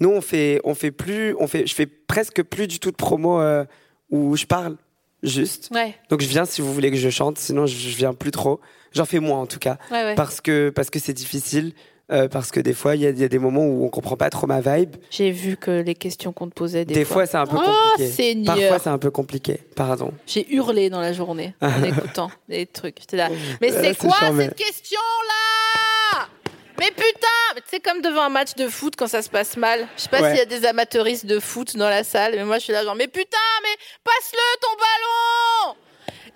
Nous, on fait, on fait plus, on fait, je fais presque plus du tout de promo euh, où je parle juste. Ouais, Donc je viens si vous voulez que je chante, sinon je, je viens plus trop. J'en fais moins en tout cas, ouais, ouais. parce que parce que c'est difficile, euh, parce que des fois il y, a- il y a des moments où on comprend pas trop ma vibe. J'ai vu que les questions qu'on te posait des, Des, fois, c'est un peu Oh, compliqué. Seigneur. Parfois c'est un peu compliqué. Pardon. J'ai hurlé dans la journée en écoutant des trucs. J'étais là. Mais Là, c'est Ah, c'est quoi charmé. cette question là Mais putain C'est comme devant un match de foot quand ça se passe mal. Je sais pas Ouais. s'il y a des amateuristes de foot dans la salle, mais moi je suis là genre mais putain, mais passe-le ton ballon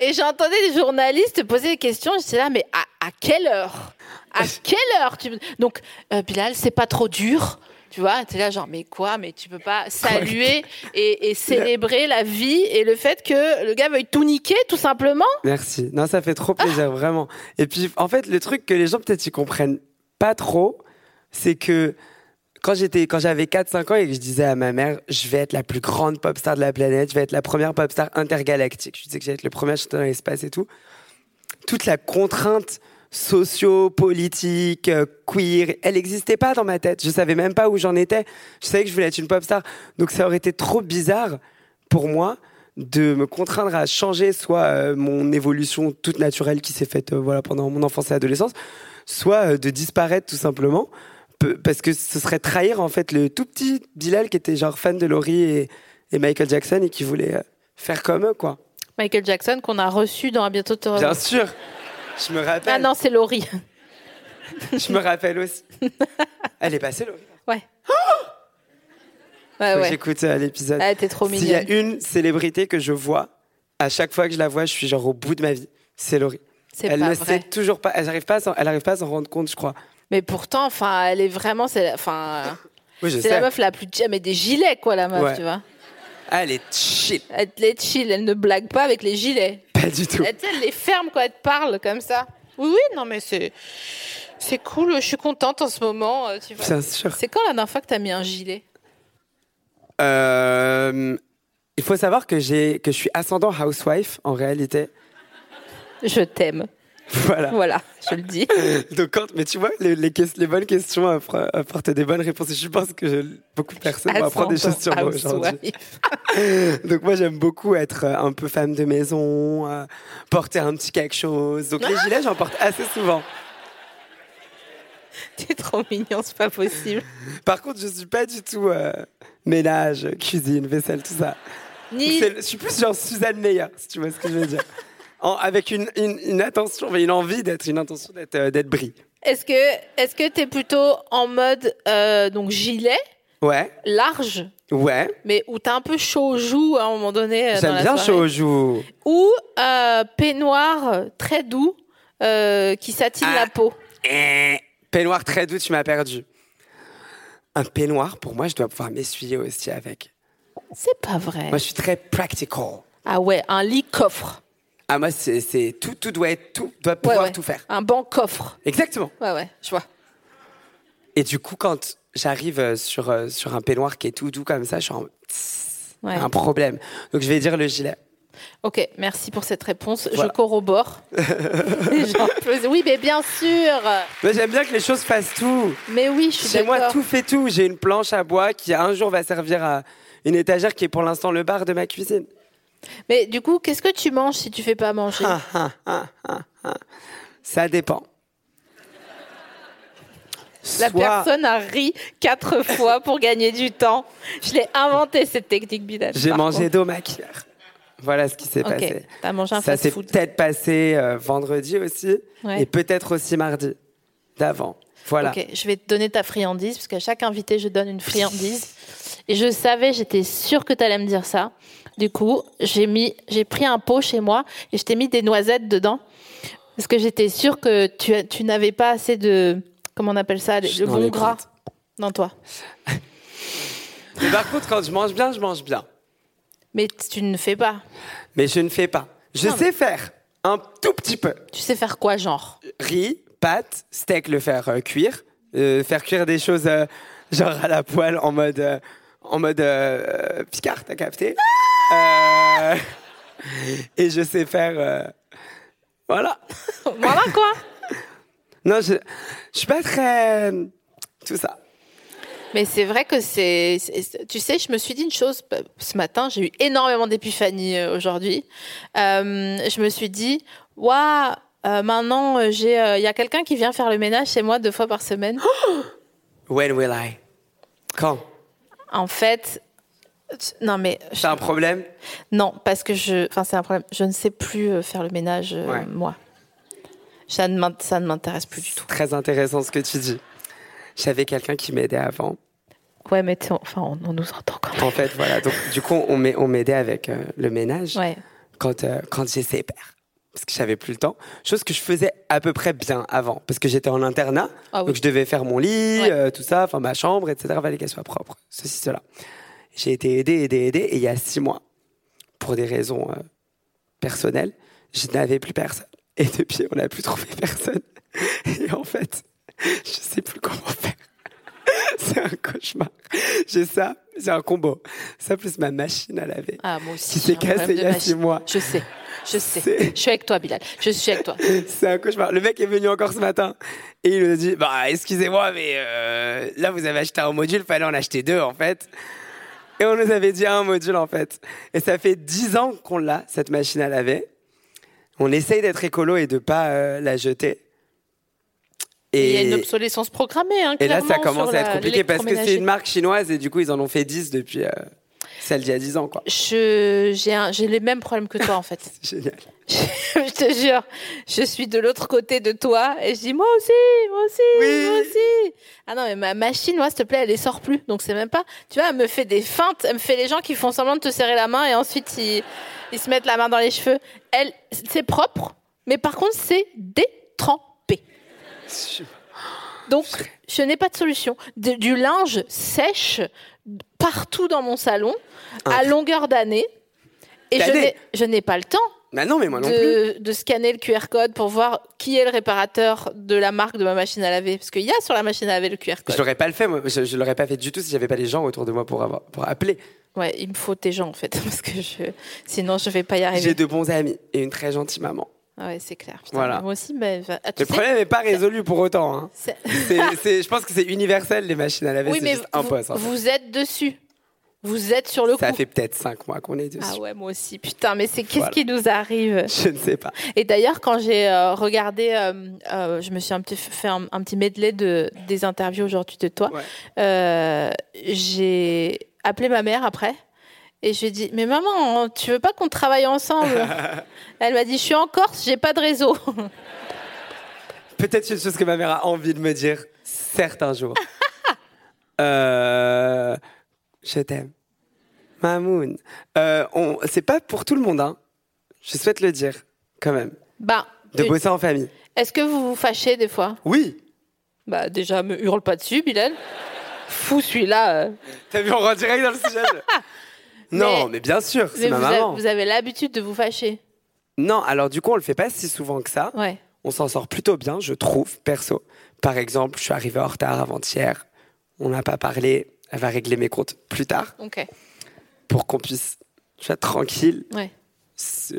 Et j'entendais des journalistes poser des questions. J'étais là mais à, à quelle heure À quelle heure tu... Donc euh, Bilal, c'est pas trop dur. Tu vois, t'es là genre mais quoi Mais tu peux pas saluer et, et célébrer la vie et le fait que le gars veuille tout niquer tout simplement. Merci. Non, ça fait trop plaisir, vraiment. Et puis, en fait, le truc que les gens peut-être ils comprennent pas trop, c'est que quand j'étais, quand j'avais 4-5 ans et que je disais à ma mère, je vais être la plus grande pop star de la planète, je vais être la première pop star intergalactique, je disais que j'allais être le premier à chanter dans l'espace et tout, toute la contrainte socio-politique, euh, queer, elle n'existait pas dans ma tête. Je savais même pas où j'en étais. Je savais que je voulais être une pop star. Donc ça aurait été trop bizarre pour moi de me contraindre à changer soit euh, mon évolution toute naturelle qui s'est faite euh, voilà pendant mon enfance et adolescence, soit euh, de disparaître tout simplement Peu- parce que ce serait trahir en fait le tout petit Bilal qui était genre fan de Laurie et, et Michael Jackson et qui voulait euh, faire comme eux quoi. Michael Jackson qu'on a reçu dans un bientôt te revoir. Bien sûr. Je me rappelle. Oh. Ah non, c'est Laurie. Je me rappelle aussi. Elle est passée, Laurie. Ouais. ouais, Faut que Ah ouais. J'écoute euh, l'épisode. Ah, t'es trop S'il y a mignonne. une célébrité que je vois, à chaque fois que je la vois, je suis genre au bout de ma vie. C'est Laurie. C'est Elle pas ne vrai. sait toujours pas. Elle n'arrive pas, à s'en- elle arrive pas à s'en rendre compte, je crois. Mais pourtant, enfin, elle est vraiment, c'est la, enfin, euh, Oui, je c'est sais. la meuf la plus jamais des gilets quoi, la meuf, Ouais. tu vois. Ah, Elle est chill. Elle elle est chill, elle ne blague pas avec les gilets. Pas du tout. Elle, Ah, tu sais, elle les ferme quoi, elle te parle comme ça. Oui, oui, non mais c'est, c'est cool. Je suis contente en ce moment, euh, tu vois. Bien sûr. C'est quand la dernière fois que t'as mis un gilet Euh, il faut savoir que, j'ai, que je suis ascendant housewife, en réalité. Je t'aime. Voilà. Voilà, je le dis. Donc, quand, mais tu vois, les, les, ques- les bonnes questions appro- apportent des bonnes réponses. Et je pense que je- beaucoup de personnes vont apprendre des choses sur moi aujourd'hui. Housewife. Donc moi j'aime beaucoup être euh, un peu femme de maison, euh, porter un petit quelque chose. Donc les Ah. gilets j'en porte assez souvent. T'es trop mignon, c'est pas possible. Par contre je suis pas du tout euh, ménage, cuisine, vaisselle, tout ça. Ni C'est- Je suis plus genre Suzanne Meyer, si tu vois ce que je veux dire. En- avec une, une, une attention, mais une envie d'être, une intention d'être, euh, d'être brie. Est-ce que est-ce que t'es plutôt en mode euh, donc gilet Ouais, large, ouais. mais où t'as un peu chaud aux joues à un moment donné euh, dans J'aime la bien soirée. chaud aux joues. ou euh, peignoir euh, très doux euh, qui satine Ah. la peau. Eh, Peignoir très doux, tu m'as perdu. Un peignoir, pour moi, je dois pouvoir m'essuyer aussi avec. C'est pas vrai. Moi, je suis très practical. Ah ouais, un lit coffre. Ah moi c'est, c'est- tout tout doit être tout doit Ouais, pouvoir ouais. tout faire. Un banc coffre. Exactement. Ouais ouais, je vois. Et du coup quand j'arrive euh, sur euh, sur un peignoir qui est tout doux comme ça, je suis en- Ouais. un problème. Donc je vais dire le gilet. Ok, merci pour cette réponse. Voilà. Je corrobore. Et j'en peux- oui, mais bien sûr. Mais j'aime bien que les choses fassent tout. Mais oui, je suis Chez moi, d'accord. tout fait tout. J'ai une planche à bois qui un jour va servir à une étagère qui est pour l'instant le bar de ma cuisine. Mais du coup, qu'est-ce que tu manges si tu fais pas manger Ah, ah, ah, ah, ah. Ça dépend. La Soit- personne a ri quatre fois pour gagner du temps. Je l'ai inventé cette technique bidate. J'ai par mangé contre. d'omac hier. Voilà ce qui s'est Ok, passé. t'as mangé un Ça s'est fast-food. peut-être passé euh, vendredi aussi, Ouais. et peut-être aussi mardi d'avant. Voilà. Ok, je vais te donner ta friandise, parce qu'à chaque invité, je donne une friandise. Et je savais, j'étais sûre que tu allais me dire ça. Du coup, j'ai mis, j'ai pris un pot chez moi et je t'ai mis des noisettes dedans. Parce que j'étais sûre que tu, as- tu n'avais pas assez de, comment on appelle ça, Je suis le dans bon les gras crottes. dans toi. Mais par contre, quand je mange bien, je mange bien. Mais t- tu ne fais pas. Mais je ne fais pas. Je Non, sais faire un tout petit peu. Tu sais faire quoi, genre Riz, pâtes, steak, le faire euh, cuire. Euh, faire cuire des choses euh, genre à la poêle en mode, euh, en mode euh, picard, t'as capté Euh, Et je sais faire... euh, voilà. Voilà quoi Non, je, je suis pas très... Tout ça. Mais c'est vrai que c'est. c'est- Tu sais, je me suis dit une chose p- ce matin, j'ai eu énormément d'épiphanies euh, aujourd'hui. Euh, je me suis dit, waouh, euh, maintenant, euh, j'ai, euh, il y a quelqu'un qui vient faire le ménage chez moi deux fois par semaine. When will I Quand en fait. tu- Non, mais. je- C'est un problème Non, parce que je. Enfin, c'est un problème. Je ne sais plus euh, faire le ménage, euh, Ouais. moi. Ça ne m'int- ça ne m'intéresse plus du tout. Très intéressant ce que tu dis. J'avais quelqu'un qui m'aidait avant. Ouais, mais tu sais, enfin, on, on nous entend quand même. En fait, voilà. Donc, du coup, on m'aidait on m'aidait avec euh, le ménage Ouais. quand, euh, quand j'essayais faire. Parce que j'avais plus le temps. Chose que je faisais à peu près bien avant. Parce que j'étais en internat. Ah oui. Donc, je devais faire mon lit, Ouais. euh, tout ça, enfin ma chambre, etc. Fallait qu'elle soit propre. Ceci, cela. J'ai été aidé, aidé, aidé. Et il y a six mois, pour des raisons euh, personnelles, je n'avais plus personne. Et depuis, on n'a plus trouvé personne. Et en fait, je sais plus comment faire. C'est un cauchemar. J'ai ça, c'est un combo. Ça plus ma machine à laver. Ah, moi aussi. j'ai Qui s'est un cassée problème il de y a machine. six mois. Je sais, je sais. C'est- Je suis avec toi, Bilal. Je suis avec toi. C'est un cauchemar. Le mec est venu encore ce matin et il me dit Bah, excusez-moi, mais euh, là, vous avez acheté un module, fallait en acheter deux en fait. Et on nous avait dit un module en fait. Et ça fait dix ans qu'on l'a, cette machine à laver. On essaye d'être écolo et de pas euh, la jeter. Et il y a une obsolescence programmée. Hein, et là, clairement, ça sur commence à la- être compliqué parce que c'est l'électroménager. une marque chinoise et du coup, ils en ont fait 10 depuis euh, celle d'il y a 10 ans, quoi. Je- J'ai un- j'ai les mêmes problèmes que toi, en fait. C'est génial. je te jure, je suis de l'autre côté de toi et je dis moi aussi, moi aussi, Oui. moi aussi. Ah non, mais ma machine, moi, s'il te plaît, elle les sort plus. Donc c'est même pas. Tu vois, elle me fait des feintes, elle me fait les gens qui font semblant de te serrer la main et ensuite ils, ils se mettent la main dans les cheveux. Elle, c'est propre, mais par contre, c'est détrempé. Donc, je n'ai pas de solution. De- du linge sèche partout dans mon salon, à longueur d'année. Et je D'année. n'ai- je n'ai pas le temps Bah non, mais moi non plus. de, de scanner le QR code pour voir qui est le réparateur de la marque de ma machine à laver. Parce qu'il y a sur la machine à laver le QR Je code. l'aurais pas le fait, moi. Je, je l'aurais pas fait du tout si j'avais pas les gens autour de moi pour, avoir, pour appeler. Ouais, il me faut tes gens en fait, parce que je... sinon je vais pas y J'ai arriver. de bons amis et une très gentille maman. Ah ouais, c'est clair. Putain, Voilà. mais Moi aussi, mais... Ah, tu Le sais, problème n'est pas résolu pour autant. hein. c'est- C'est- c'est- je pense que c'est universel, les machines à laver. oui, c'est mais juste un vous, poste. en fait. vous êtes dessus. Vous êtes sur le Ça coup. fait peut-être 5 mois qu'on est dessus. Ah ouais, moi aussi. Putain, mais c'est qu'est-ce Voilà. qui nous arrive Je ne sais pas. Et d'ailleurs, quand j'ai euh, regardé, euh, euh, je me suis un petit fait un, un petit medley de des interviews aujourd'hui de toi. Ouais. Euh, j'ai appelé ma mère après et je lui ai dit mais maman, tu veux pas qu'on travaille ensemble Elle m'a dit je suis en Corse, j'ai pas de réseau. Peut-être une chose que ma mère a envie de me dire, certes un jour. Euh, je t'aime. Mamoun. Euh, on- c'est pas pour tout le monde, hein. Je souhaite le dire, quand même. bah, De une- bosser en famille. est-ce que vous vous fâchez des fois Oui. Bah déjà, me hurle pas dessus, Bilal. Fou celui-là. euh. T'as vu, on rentre direct dans le sujet. je- non, mais, Mais- bien sûr, c'est Mais ma vous, avez- maman. vous avez l'habitude de vous fâcher. Non, alors du coup, on le fait pas si souvent que ça. Ouais. On s'en sort plutôt bien, je trouve, perso. Par exemple, je suis arrivé en retard avant-hier. On n'a pas parlé. Elle va régler mes comptes plus tard Ok. pour qu'on puisse. Je suis tranquille. Ouais. c'est-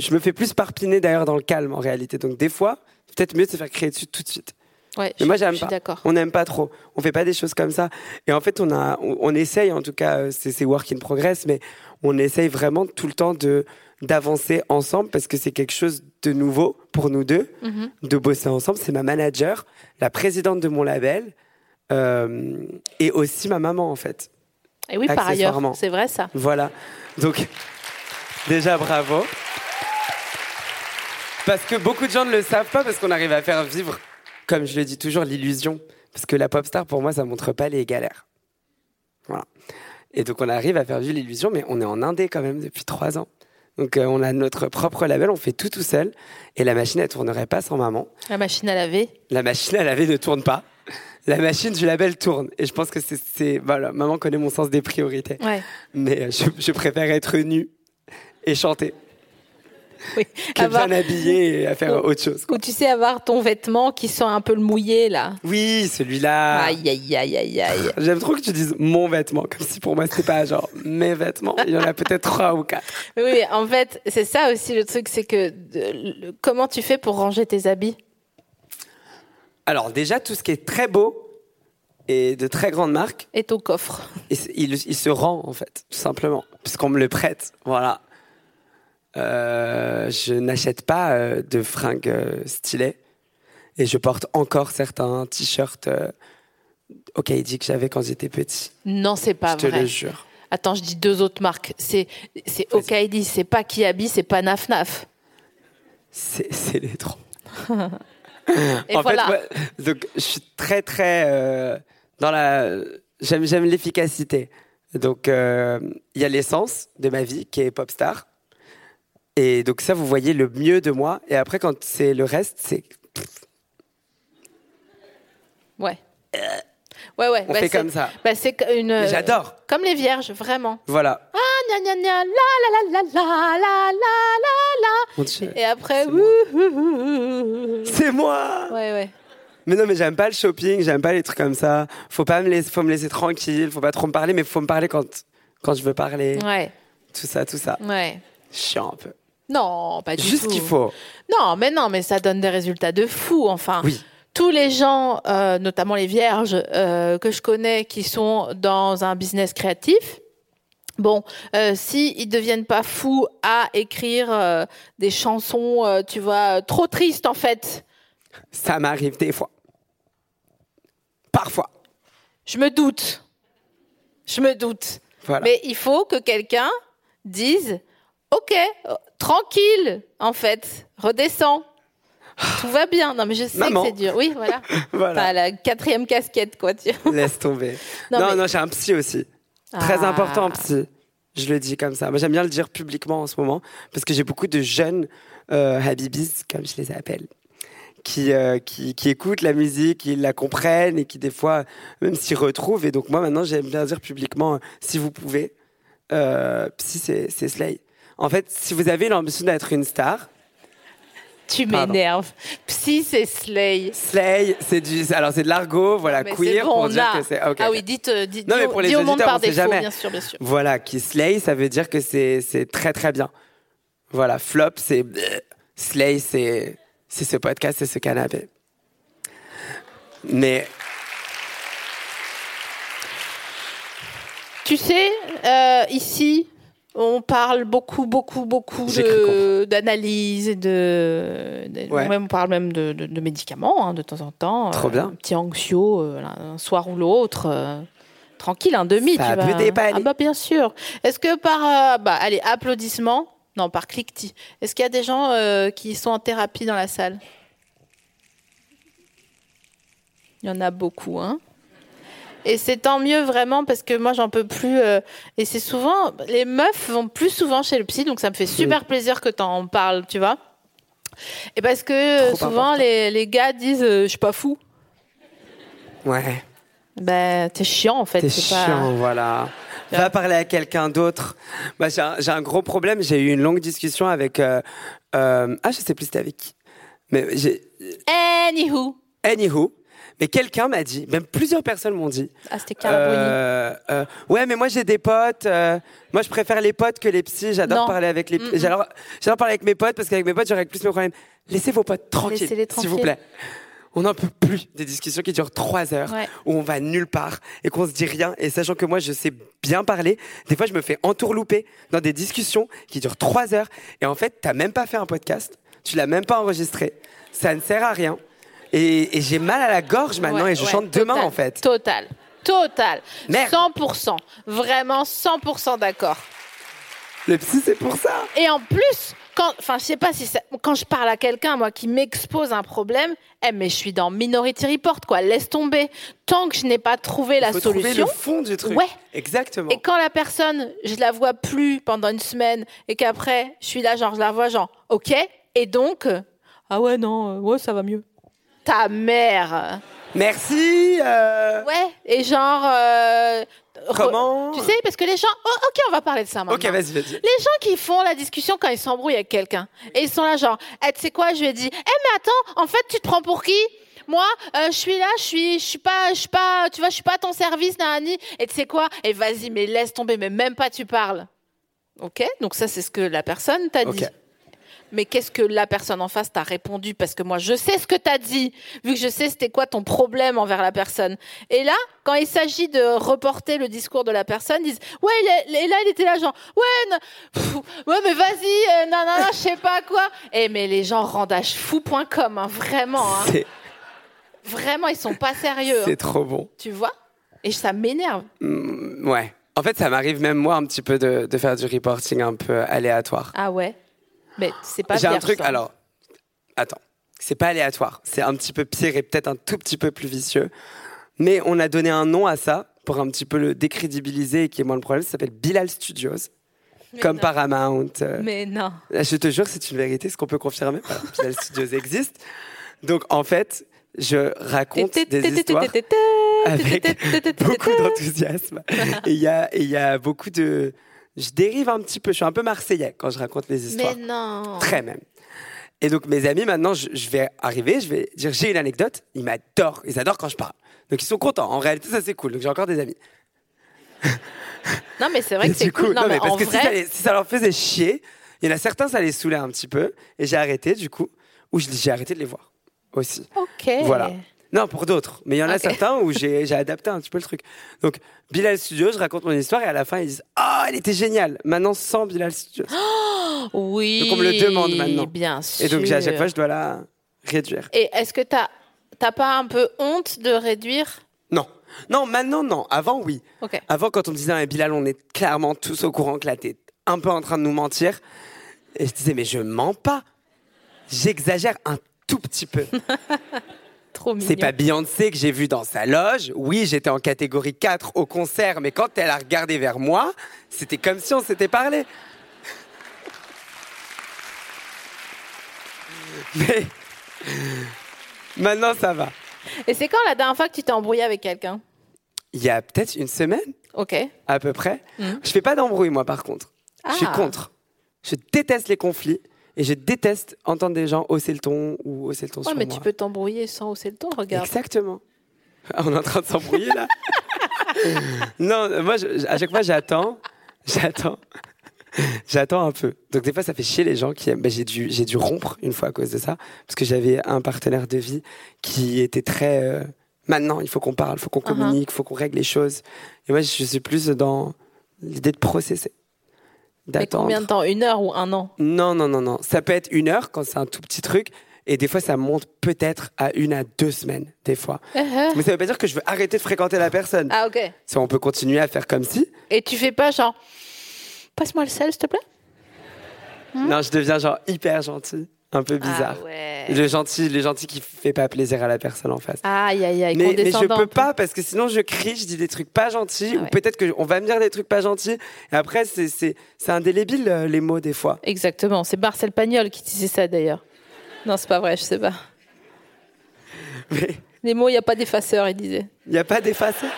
je me fais plus parpiner d'ailleurs dans le calme en réalité. Donc des fois, c'est peut-être mieux de se faire crier dessus tout de suite. Ouais, Mais je- moi, j'aime je suis pas. d'accord. On n'aime pas trop. On fait pas des choses comme ça. Et en fait, on a, on, on essaye, en tout cas, euh, c'est c'est work in progress, mais on essaye vraiment tout le temps de d'avancer ensemble parce que c'est quelque chose de nouveau pour nous deux Mhm. de bosser ensemble. C'est ma manager, la présidente de mon label, euh, et aussi ma maman en fait. Et oui, par ailleurs, Accessoirement. c'est vrai ça. Voilà. Donc, déjà bravo. Parce que beaucoup de gens ne le savent pas, parce qu'on arrive à faire vivre, comme je le dis toujours, l'illusion. Parce que la pop star, pour moi, ça montre pas les galères. Voilà. Et donc, on arrive à faire vivre l'illusion, mais on est en Indé quand même depuis trois ans. Donc, euh, on a notre propre label, on fait tout tout seul. Et la machine, elle tournerait pas sans maman. La machine à laver. La machine à laver ne tourne pas. La machine du label tourne. Et je pense que c'est- c'est. Voilà, maman connaît mon sens des priorités. Ouais. Mais euh, je, je préfère être nu et chanter Oui. que Avoir- bien habillé et à faire Oh. autre chose. quoi. Ou tu sais avoir ton vêtement qui sent un peu le mouillé là. Oui, celui-là. Aïe aïe aïe aïe aïe. J'aime trop que tu dises mon vêtement, comme si pour moi c'était pas genre mes vêtements. Il y en a peut-être trois ou quatre. Mais oui, mais en fait, c'est ça aussi le truc, c'est que de- le- comment tu fais pour ranger tes habits Alors déjà tout ce qui est très beau et de très grande marque, et ton coffre. il, se- il- il se rend en fait, tout simplement, puisqu'on me le prête. Voilà. Euh, je n'achète pas euh, de fringues euh, stylées et je porte encore certains t-shirts euh, au Kaidi que j'avais quand j'étais petit. Non, c'est pas je te vrai. le jure. Attends, je dis deux autres marques. C'est c'est Okaidi, c'est pas Kiabi, c'est pas Naf Naf. C'est c'est les trois. Et en voilà. fait, moi, donc, je suis très, très euh, dans la. J'aime, j'aime l'efficacité. Donc, euh, il y a l'essence de ma vie qui est popstar. Et donc, ça, vous voyez le mieux de moi. Et après, quand c'est le reste, c'est. Ouais. Euh, Ouais ouais. On fait c'est- comme ça. Bah, c'est que une. euh, J'adore. Comme les vierges, vraiment. Voilà. Ah, Gna, gna, gna, la, la, la, la, la, la, la, Mon Dieu. la. Et après, C'est ouh, moi. ouh, ouh, ouh. C'est moi ouais ouais. Mais non, mais j'aime pas le shopping, j'aime pas les trucs comme ça. Faut pas me laisser, faut me laisser tranquille, faut pas trop me parler, mais faut me parler quand, quand je veux parler. Ouais Tout ça, tout ça. ouais. Chiant un peu. Non, pas du tout. Juste ce qu'il faut. Non, mais non, mais ça donne des résultats de fou, enfin. Oui. Tous les gens, euh, notamment les vierges euh, que je connais, qui sont dans un business créatif, bon, euh, si ils deviennent pas fous à écrire euh, des chansons, euh, tu vois, trop tristes en fait, Ça m'arrive des fois. Parfois. je me doute, je me doute. Voilà. Mais il faut que quelqu'un dise, ok, euh, tranquille, en fait, redescends. Tout va bien. Non, mais je sais Ah. Maman. que c'est dur. Oui, voilà. Voilà. Pas la quatrième casquette, quoi. Tu... Laisse tomber. Non, non, non, mais- j'ai un psy aussi. Très Ah. important, psy. Je le dis comme ça. Moi, j'aime bien le dire publiquement en ce moment parce que j'ai beaucoup de jeunes euh, Habibis, comme je les appelle, qui, euh, qui, qui écoutent la musique, qui la comprennent et qui, des fois, même s'y retrouvent. Et donc, moi, maintenant, j'aime bien dire publiquement, euh, si vous pouvez, euh, psy, c'est c'est Slay. En fait, si vous avez l'ambition d'être une star, Tu Pardon. m'énerves. Psy, c'est Slay. Slay, c'est du, alors c'est de l'argot, voilà, Mais c'est queer bon, pour on dire a. que c'est. ok. Ah oui, dites, euh, dites, Non, mais dis au- pour les dis au monde auditeurs, par on sait défaut, jamais. bien sûr, bien sûr. Voilà, qui slay, ça veut dire que c'est c'est très très bien. Voilà, flop, c'est slay, c'est c'est ce podcast, c'est ce canapé. Mais Tu sais, euh, ici, on parle beaucoup, beaucoup, beaucoup J'ai cru de- d'analyse et de. de- Ouais. même, on parle même de, de- de médicaments hein, de temps en temps. Trop bien. Un petit anxio, euh, un soir ou l'autre. euh, Tranquille, un demi, Ça tu peut vas- dépanner. Ah bah bien sûr. Est-ce que par, euh, bah allez, applaudissements, non par cliquetis. Est-ce qu'il y a des gens euh, qui sont en thérapie dans la salle Il y en a beaucoup, hein. Et c'est tant mieux vraiment parce que moi j'en peux plus. euh, et c'est souvent, les meufs vont plus souvent chez le psy, donc ça me fait super plaisir que t'en parles, tu vois. Et parce que euh, Trop souvent important. les, les gars disent euh, je suis pas fou. ouais, Ben t'es chiant en fait. t'es c'est pas- chiant, voilà. Va parler à quelqu'un d'autre. Moi, j'ai un, j'ai un gros problème. J'ai eu une longue discussion avec. euh, euh, ah, je sais plus c'était avec qui. Mais j'ai. Anywho. Anywho. Et quelqu'un m'a dit, même plusieurs personnes m'ont dit. Ah, c'était Caraboni. euh, euh, ouais, mais moi j'ai des potes. euh, moi je préfère les potes que les psys. J'adore Non. Mm, parler avec les. Mm-mm. J'adore, j'adore parler avec mes potes parce qu'avec mes potes j'aurais plus mes problèmes. Laissez vos potes tranquilles, Laissez-les s'il vous tranquilles. plaît. On n'en peut plus des discussions qui durent trois heures, Ouais. où on va nulle part et qu'on se dit rien. Et sachant que moi, je sais bien parler, des fois, je me fais entourlouper dans des discussions qui durent trois heures. Et en fait, t'as même pas fait un podcast, tu l'as même pas enregistré. Ça ne sert à rien. Et, et j'ai mal à la gorge maintenant Ouais, Bah et je ouais, chante demain, total, en fait. Total. Total. Merde. 100%. Vraiment 100% d'accord. Le psy, c'est pour ça. Et en plus, quand, enfin, je sais pas si ça- quand je parle à quelqu'un, moi, qui m'expose un problème, eh, mais je suis dans Minority Report, quoi. Laisse tomber. Tant que je n'ai pas trouvé la Faut trouver solution. le fond du truc. Ouais. Exactement. Et quand la personne, je la vois plus pendant une semaine et qu'après, je suis là, genre, je la vois, genre, ok. Et donc, euh, ah ouais, non, euh, ouais, ça va mieux. Ta mère. Merci. euh, Ouais. Et genre, euh, re- Comment Tu sais, parce que les gens, oh, ok, on va parler de ça maintenant. Ok, vas-y, vas-y. Les gens qui font la discussion quand ils s'embrouillent avec quelqu'un. Et ils sont là genre, Eh, tu sais quoi, je lui ai dit, eh mais attends, en fait tu te prends pour qui moi, euh, je suis là, je suis, je suis pas, je suis pas, tu vois, je suis pas à ton service, Nani. Et tu sais quoi Et vas-y, mais laisse tomber, mais même pas tu parles. Ok, donc ça c'est ce que la personne t'a Ok. dit. Mais qu'est-ce que la personne en face t'a répondu Parce que moi, je sais ce que t'as dit, vu que je sais c'était quoi ton problème envers la personne. Et là, quand il s'agit de reporter le discours de la personne, ils disent Ouais, il est- et là, il était là, genre Ouais, non, pff, ouais mais vas-y, euh, nanana, je sais pas quoi. Et mais les gens rendent à fou.com, hein, vraiment. hein. C'est- Vraiment, ils sont pas sérieux. hein. c'est trop bon. Tu vois Et ça m'énerve. Ouais. En fait, ça m'arrive même moi un petit peu de, de faire du reporting un peu aléatoire. Ah ouais Mais c'est pas J'ai un bien, truc. ça. Alors, attends. C'est pas aléatoire. C'est un petit peu pire et peut-être un tout petit peu plus vicieux. Mais on a donné un nom à ça pour un petit peu le décrédibiliser et qui est moins le problème. Ça s'appelle Bilal Studios. comme Paramount. euh, Mais non. je te jure, c'est une vérité, ce qu'on peut confirmer. Voilà, Bilal Studios existe. Donc, en fait, je raconte des histoires avec beaucoup d'enthousiasme. Et il y a, et il y a beaucoup de. Je dérive un petit peu. Je suis un peu marseillais quand je raconte mes histoires. Mais non. Très même. Et donc, mes amis, maintenant, je, je vais arriver, je vais dire j'ai une anecdote. Ils m'adorent. Ils adorent quand je parle. Donc, ils sont contents. En réalité, ça, c'est cool. Donc, j'ai encore des amis. Non, mais c'est vrai Et que c'est du coup, cool. Non, non, mais, mais parce en que si, ça vrai, les- si ça leur faisait chier, il y en a certains, ça les saoulait un petit peu. Et j'ai arrêté, du coup, ou je- j'ai arrêté de les voir aussi. ok. Voilà. Non, pour d'autres. Mais il y en a Eh. Ok. certains où j'ai j'ai adapté un petit peu le truc. Donc, Bilal Studios, je raconte mon histoire et à la fin, ils disent Ah, elle était géniale Maintenant, sans Bilal Studios. Oh, Oui. Donc, on me le demande maintenant. Bien sûr. et donc, j'ai- à chaque fois, je dois la réduire. Et est-ce que t'as t'as pas un peu honte de réduire Non. Non, maintenant, non. Avant, oui. Ok. Avant, quand on me disait, Ah, Bilal, on est clairement tous au courant que là, t'es un peu en train de nous mentir. Et je disais, mais je mens pas. J'exagère un tout petit peu. Trop mignon. C'est pas Beyoncé que j'ai vu dans sa loge. Oui, j'étais en catégorie 4 au concert, mais quand elle a regardé vers moi, c'était comme si on s'était parlé. Mais maintenant, ça va. Et c'est quand la dernière fois que tu t'es embrouillé avec quelqu'un Il y a peut-être une semaine, Ok. à peu près. Je fais pas d'embrouille, moi, par contre. Je suis Hmm. Ah. contre. Je déteste les conflits et je déteste entendre des gens hausser le ton ou hausser le ton Ouais, sur mais moi. tu peux t'embrouiller sans hausser le ton, regarde. Exactement. Ah, On est en train de s'embrouiller là. non, moi, je- à chaque fois, j'attends, j'attends, j'attends un peu. Donc des fois, ça fait chier les gens qui aiment. Ben, j'ai dû, j'ai dû rompre une fois à cause de ça parce que j'avais un partenaire de vie qui était très. euh, maintenant, il faut qu'on parle, il faut qu'on Uh-huh. communique, il faut qu'on règle les choses. Et moi, je suis plus dans l'idée de processer, Mais d'attendre. combien de temps Une heure ou un an Non, non, non, non. Ça peut être une heure quand c'est un tout petit truc. Et des fois, ça monte peut-être à une à deux semaines, des fois. Mais ça veut pas dire que je veux arrêter de fréquenter la personne. Uh-huh. Ah ok. Ça, on peut continuer à faire comme si. Et tu fais pas genre passe-moi le sel s'il te plaît Non, je deviens genre hyper gentil. Un peu bizarre. Hmm. Ah ouais. Le gentil, le gentil qui fait pas plaisir à la personne en face. Aïe aïe aïe. mais, mais je condescendant. peux pas parce que sinon je crie, je dis des trucs pas gentils Ah ou ouais. peut-être qu'on va me dire des trucs pas gentils. Et après, c'est- c'est c'est indélébile euh, les mots des fois. Exactement. C'est Marcel Pagnol qui disait ça d'ailleurs. Non, c'est pas vrai, je sais pas. Mais Les mots, il n'y a pas d'effaceur, il disait. il n'y a pas d'effaceur.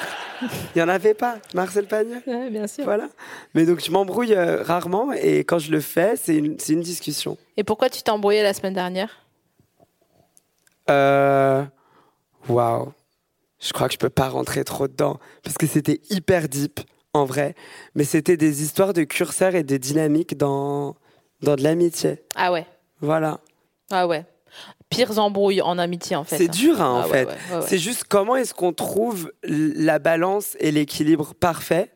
Il y en avait pas. Marcel Pagnol. Ouais, bien sûr. Voilà. Mais donc je m'embrouille euh, rarement et quand je le fais, c'est une, c'est une discussion. Et pourquoi tu t'es embrouillé la semaine dernière Euh, Waouh. je crois que je peux pas rentrer trop dedans parce que c'était hyper deep en vrai, mais c'était des histoires de curseurs et de dynamiques dans dans de l'amitié. Ah ouais. Voilà. Ah ouais. Pires embrouilles en amitié, en fait. C'est hein. dur, hein, Ah ouais, en fait. ouais, ouais, ouais. C'est juste comment est-ce qu'on trouve l- la balance et l'équilibre parfait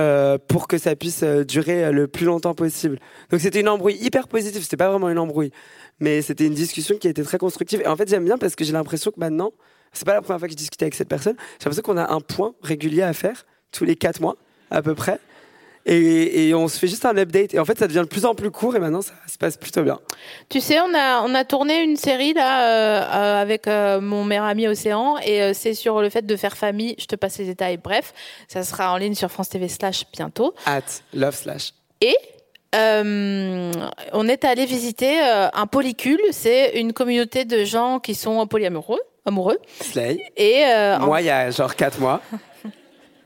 euh, pour que ça puisse euh, durer euh, le plus longtemps possible. Donc c'était une embrouille hyper positive, c'était pas vraiment une embrouille, mais c'était une discussion qui était très constructive. Et en fait, j'aime bien parce que j'ai l'impression que maintenant, c'est pas la première fois que je discutais avec cette personne, j'ai l'impression qu'on a un point régulier à faire tous les quatre mois à peu près. Et, et on se fait juste un update. Et en fait, ça devient de plus en plus court. Et maintenant, ça se passe plutôt bien. Tu sais, on a, on a tourné une série là euh, euh, avec euh, mon meilleur ami Océan et euh, c'est sur le fait de faire famille. Je te passe les détails. Bref, ça sera en ligne sur France TV slash bientôt. At love slash. Et euh, on est allé visiter euh, un polycule. C'est une communauté de gens qui sont polyamoureux. Amoureux. Slay. Et euh, en- Moi, il y a genre 4 mois,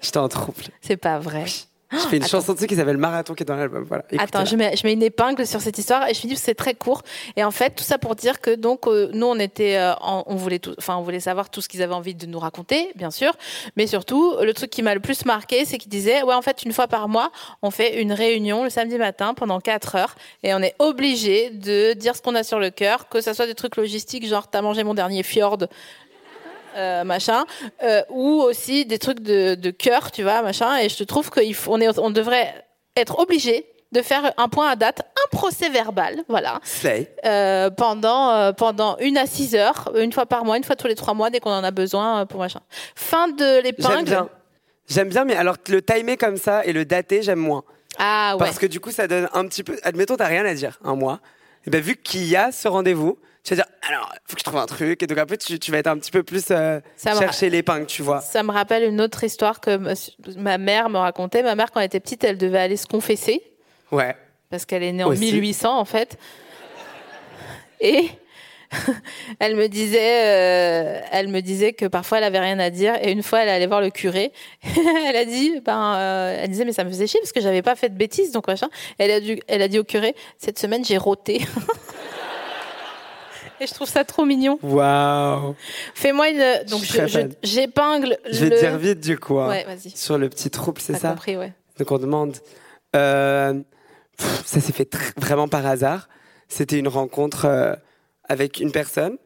j'étais en trouble. c'est pas vrai. Je fais une chanson dessus qui s'appelle Marathon qui est dans l'album. Voilà. euh, Attends, je mets, je mets une épingle sur cette histoire et je finis parce que c'est très court. Et en fait, tout ça pour dire que donc euh, nous on était, euh, en- on voulais tout, enfin on voulait savoir tout ce qu'ils avaient envie de nous raconter, bien sûr, mais surtout le truc qui m'a le plus marqué, c'est qu'ils disaient ouais en fait une fois par mois on fait une réunion le samedi matin pendant 4 heures et on est obligé de dire ce qu'on a sur le cœur, que ça soit des trucs logistiques genre t'as mangé mon dernier fjord euh, machin, euh, ou aussi des trucs de, de cœur, tu vois, machin. Et je te trouve qu'on est, on devrait être obligé de faire un point à date, un procès verbal, voilà, Slay. euh, pendant euh, pendant une à six heures, une fois par mois, une fois tous les trois mois, dès qu'on en a besoin euh, pour machin. Fin de J'aime l'épingle. bien. J'aime bien, mais alors le timer comme ça et le dater, j'aime moins. Ah ouais. Parce que du coup, ça donne un petit peu. Admettons, t'as rien à dire, un mois. Et ben, vu qu'il y a ce rendez-vous, tu vas dire alors, faut que je trouve un truc. Et donc, après, tu, tu vas être un petit peu plus euh, Ça me chercher l'épingle, tu vois. Ça me rappelle une autre histoire que ma- ma mère me racontait. Ma mère, quand elle était petite, elle devait aller se confesser Ouais. parce qu'elle est née en Aussi. 1800 en fait. Et elle me disait, euh, elle me disait que parfois elle avait rien à dire. Et une fois, elle allait voir le curé. elle a dit, ben, euh, elle disait mais ça me faisait chier parce que j'avais pas fait de bêtises donc machin. Elle a dû, elle a dit au curé cette semaine j'ai roté. Et je trouve ça trop mignon. Waouh. Fais-moi une. euh, Donc, Je suis très je- je- fan. j'épingle Je vais le. te dire vite, du coup. hein, Ouais, vas-y. Sur le petit trouble, c'est T'as ça compris, ouais. Donc on demande. Euh, pff, ça s'est fait tr- vraiment par hasard. C'était une rencontre euh, avec une personne.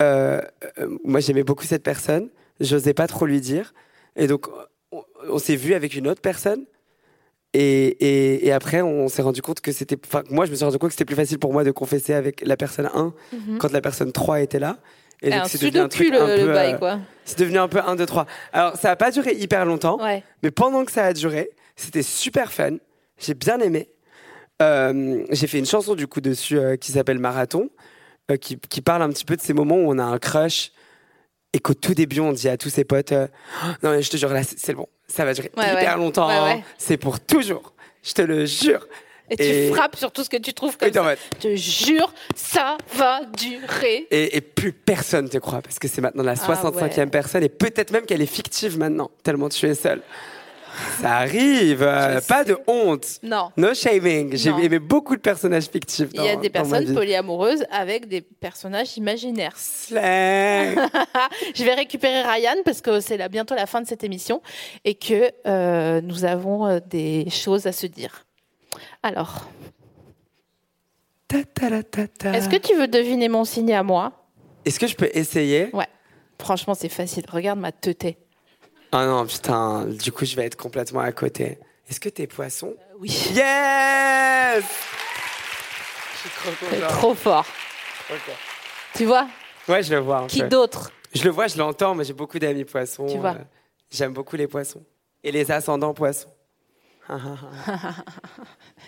Euh, euh, moi, j'aimais beaucoup cette personne. J'osais pas trop lui dire. Et donc, on, on s'est vu avec une autre personne. Et, et- et après, on s'est rendu compte que c'était. Enfin, moi, je me suis rendu compte que c'était plus facile pour moi de confesser avec la personne 1 Mhm. quand la personne 3 était là. Et un donc, c'est devenu un sudoku truc le, un le peu, bail, euh, quoi. c'est devenu un peu 1, 2, 3. Alors, ça n'a pas duré hyper longtemps. Ouais. Mais pendant que ça a duré, c'était super fun. J'ai bien aimé. Euh, j'ai fait une chanson du coup dessus euh, qui s'appelle Marathon, euh, qui, qui parle un petit peu de ces moments où on a un crush et qu'au tout début on dit à tous ses potes euh, Non, mais je te jure, là c'est c'est le bon, ça va durer Ouais, hyper ouais. longtemps, hein. Ouais, ouais. c'est pour toujours, je te le jure. Et tu frappes sur tout ce que tu trouves comme Et t'es en ça. mode- Je te jure, ça va durer. Et, et plus personne te croit parce que c'est maintenant la 65e Ah ouais. personne et peut-être même qu'elle est fictive maintenant, tellement tu es seule. Ça arrive, euh, Je pas de honte. Non. No shaming. J'ai Non. aimé beaucoup de personnages fictifs. Il y a dans- des dans ma personnes vie. polyamoureuses avec des personnages imaginaires. Slay. Je vais récupérer Ryan parce que c'est là bientôt la fin de cette émission et que euh, nous avons euh, des choses à se dire. Alors, Ta, ta, la, ta, ta. est-ce que tu veux deviner mon signe à moi Est-ce que je peux essayer Ouais. Franchement, c'est facile. Regarde ma teuté. Oh non, putain, du coup, je vais être complètement à côté. Est-ce que t'es poisson Oui. Yes C'est trop fort. Tu vois Ouais, je le vois. un Qui peu. d'autre Je le vois, je l'entends, mais j'ai beaucoup d'amis poissons. Euh, Tu vois. J'aime beaucoup les poissons. Et les ascendants poissons.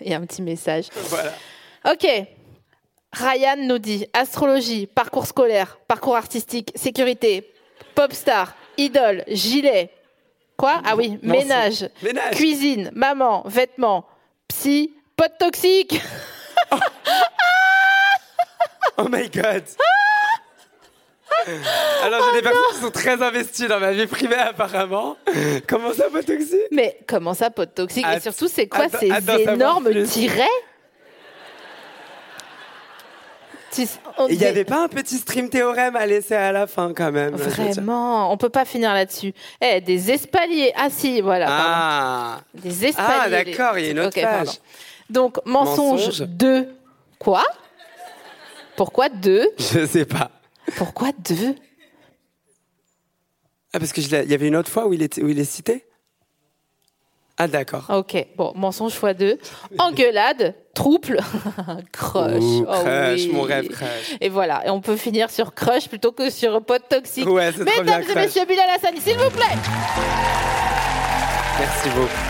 Il y a un petit message. Voilà. Ok. Ryan nous dit astrologie, parcours scolaire, parcours artistique, sécurité, pop star, idole, gilet. Quoi Ah oui, Non, ménage, c'est- Ménage. cuisine, maman, vêtements, psy, pote toxique. Oh my god Alors, j'ai des personnes qui sont très investies dans ma vie privée, apparemment. Comment ça, pas toxique Mais comment ça, pote toxique Et Att- surtout, c'est quoi attends- ces attends, ça va énormes plus. tirets Tu- on- Il n'y avait pas un petit stream théorème à laisser à la fin quand même. je veux dire. Vraiment, on peut pas finir là-dessus. Eh, des espaliers. Ah si, voilà. pardon. Ah, Des espaliers. Ah, d'accord, il y a une autre Ok, pardon. page. Donc, mensonge Mensonge. 2. Quoi Pourquoi 2 je sais pas. Pourquoi 2 Ah, parce qu'il y avait une autre fois où il est, où il est cité Ah, d'accord. Ok, bon, mensonge x 2. Engueulade, trouble, crush. Ouh, Oh crush, oui. mon rêve crush. Et voilà, et on peut finir sur crush plutôt que sur pote toxique. Ouais, c'est trop bien, Mesdames et crush. messieurs, Bilal Hassani, s'il vous plaît Merci beaucoup.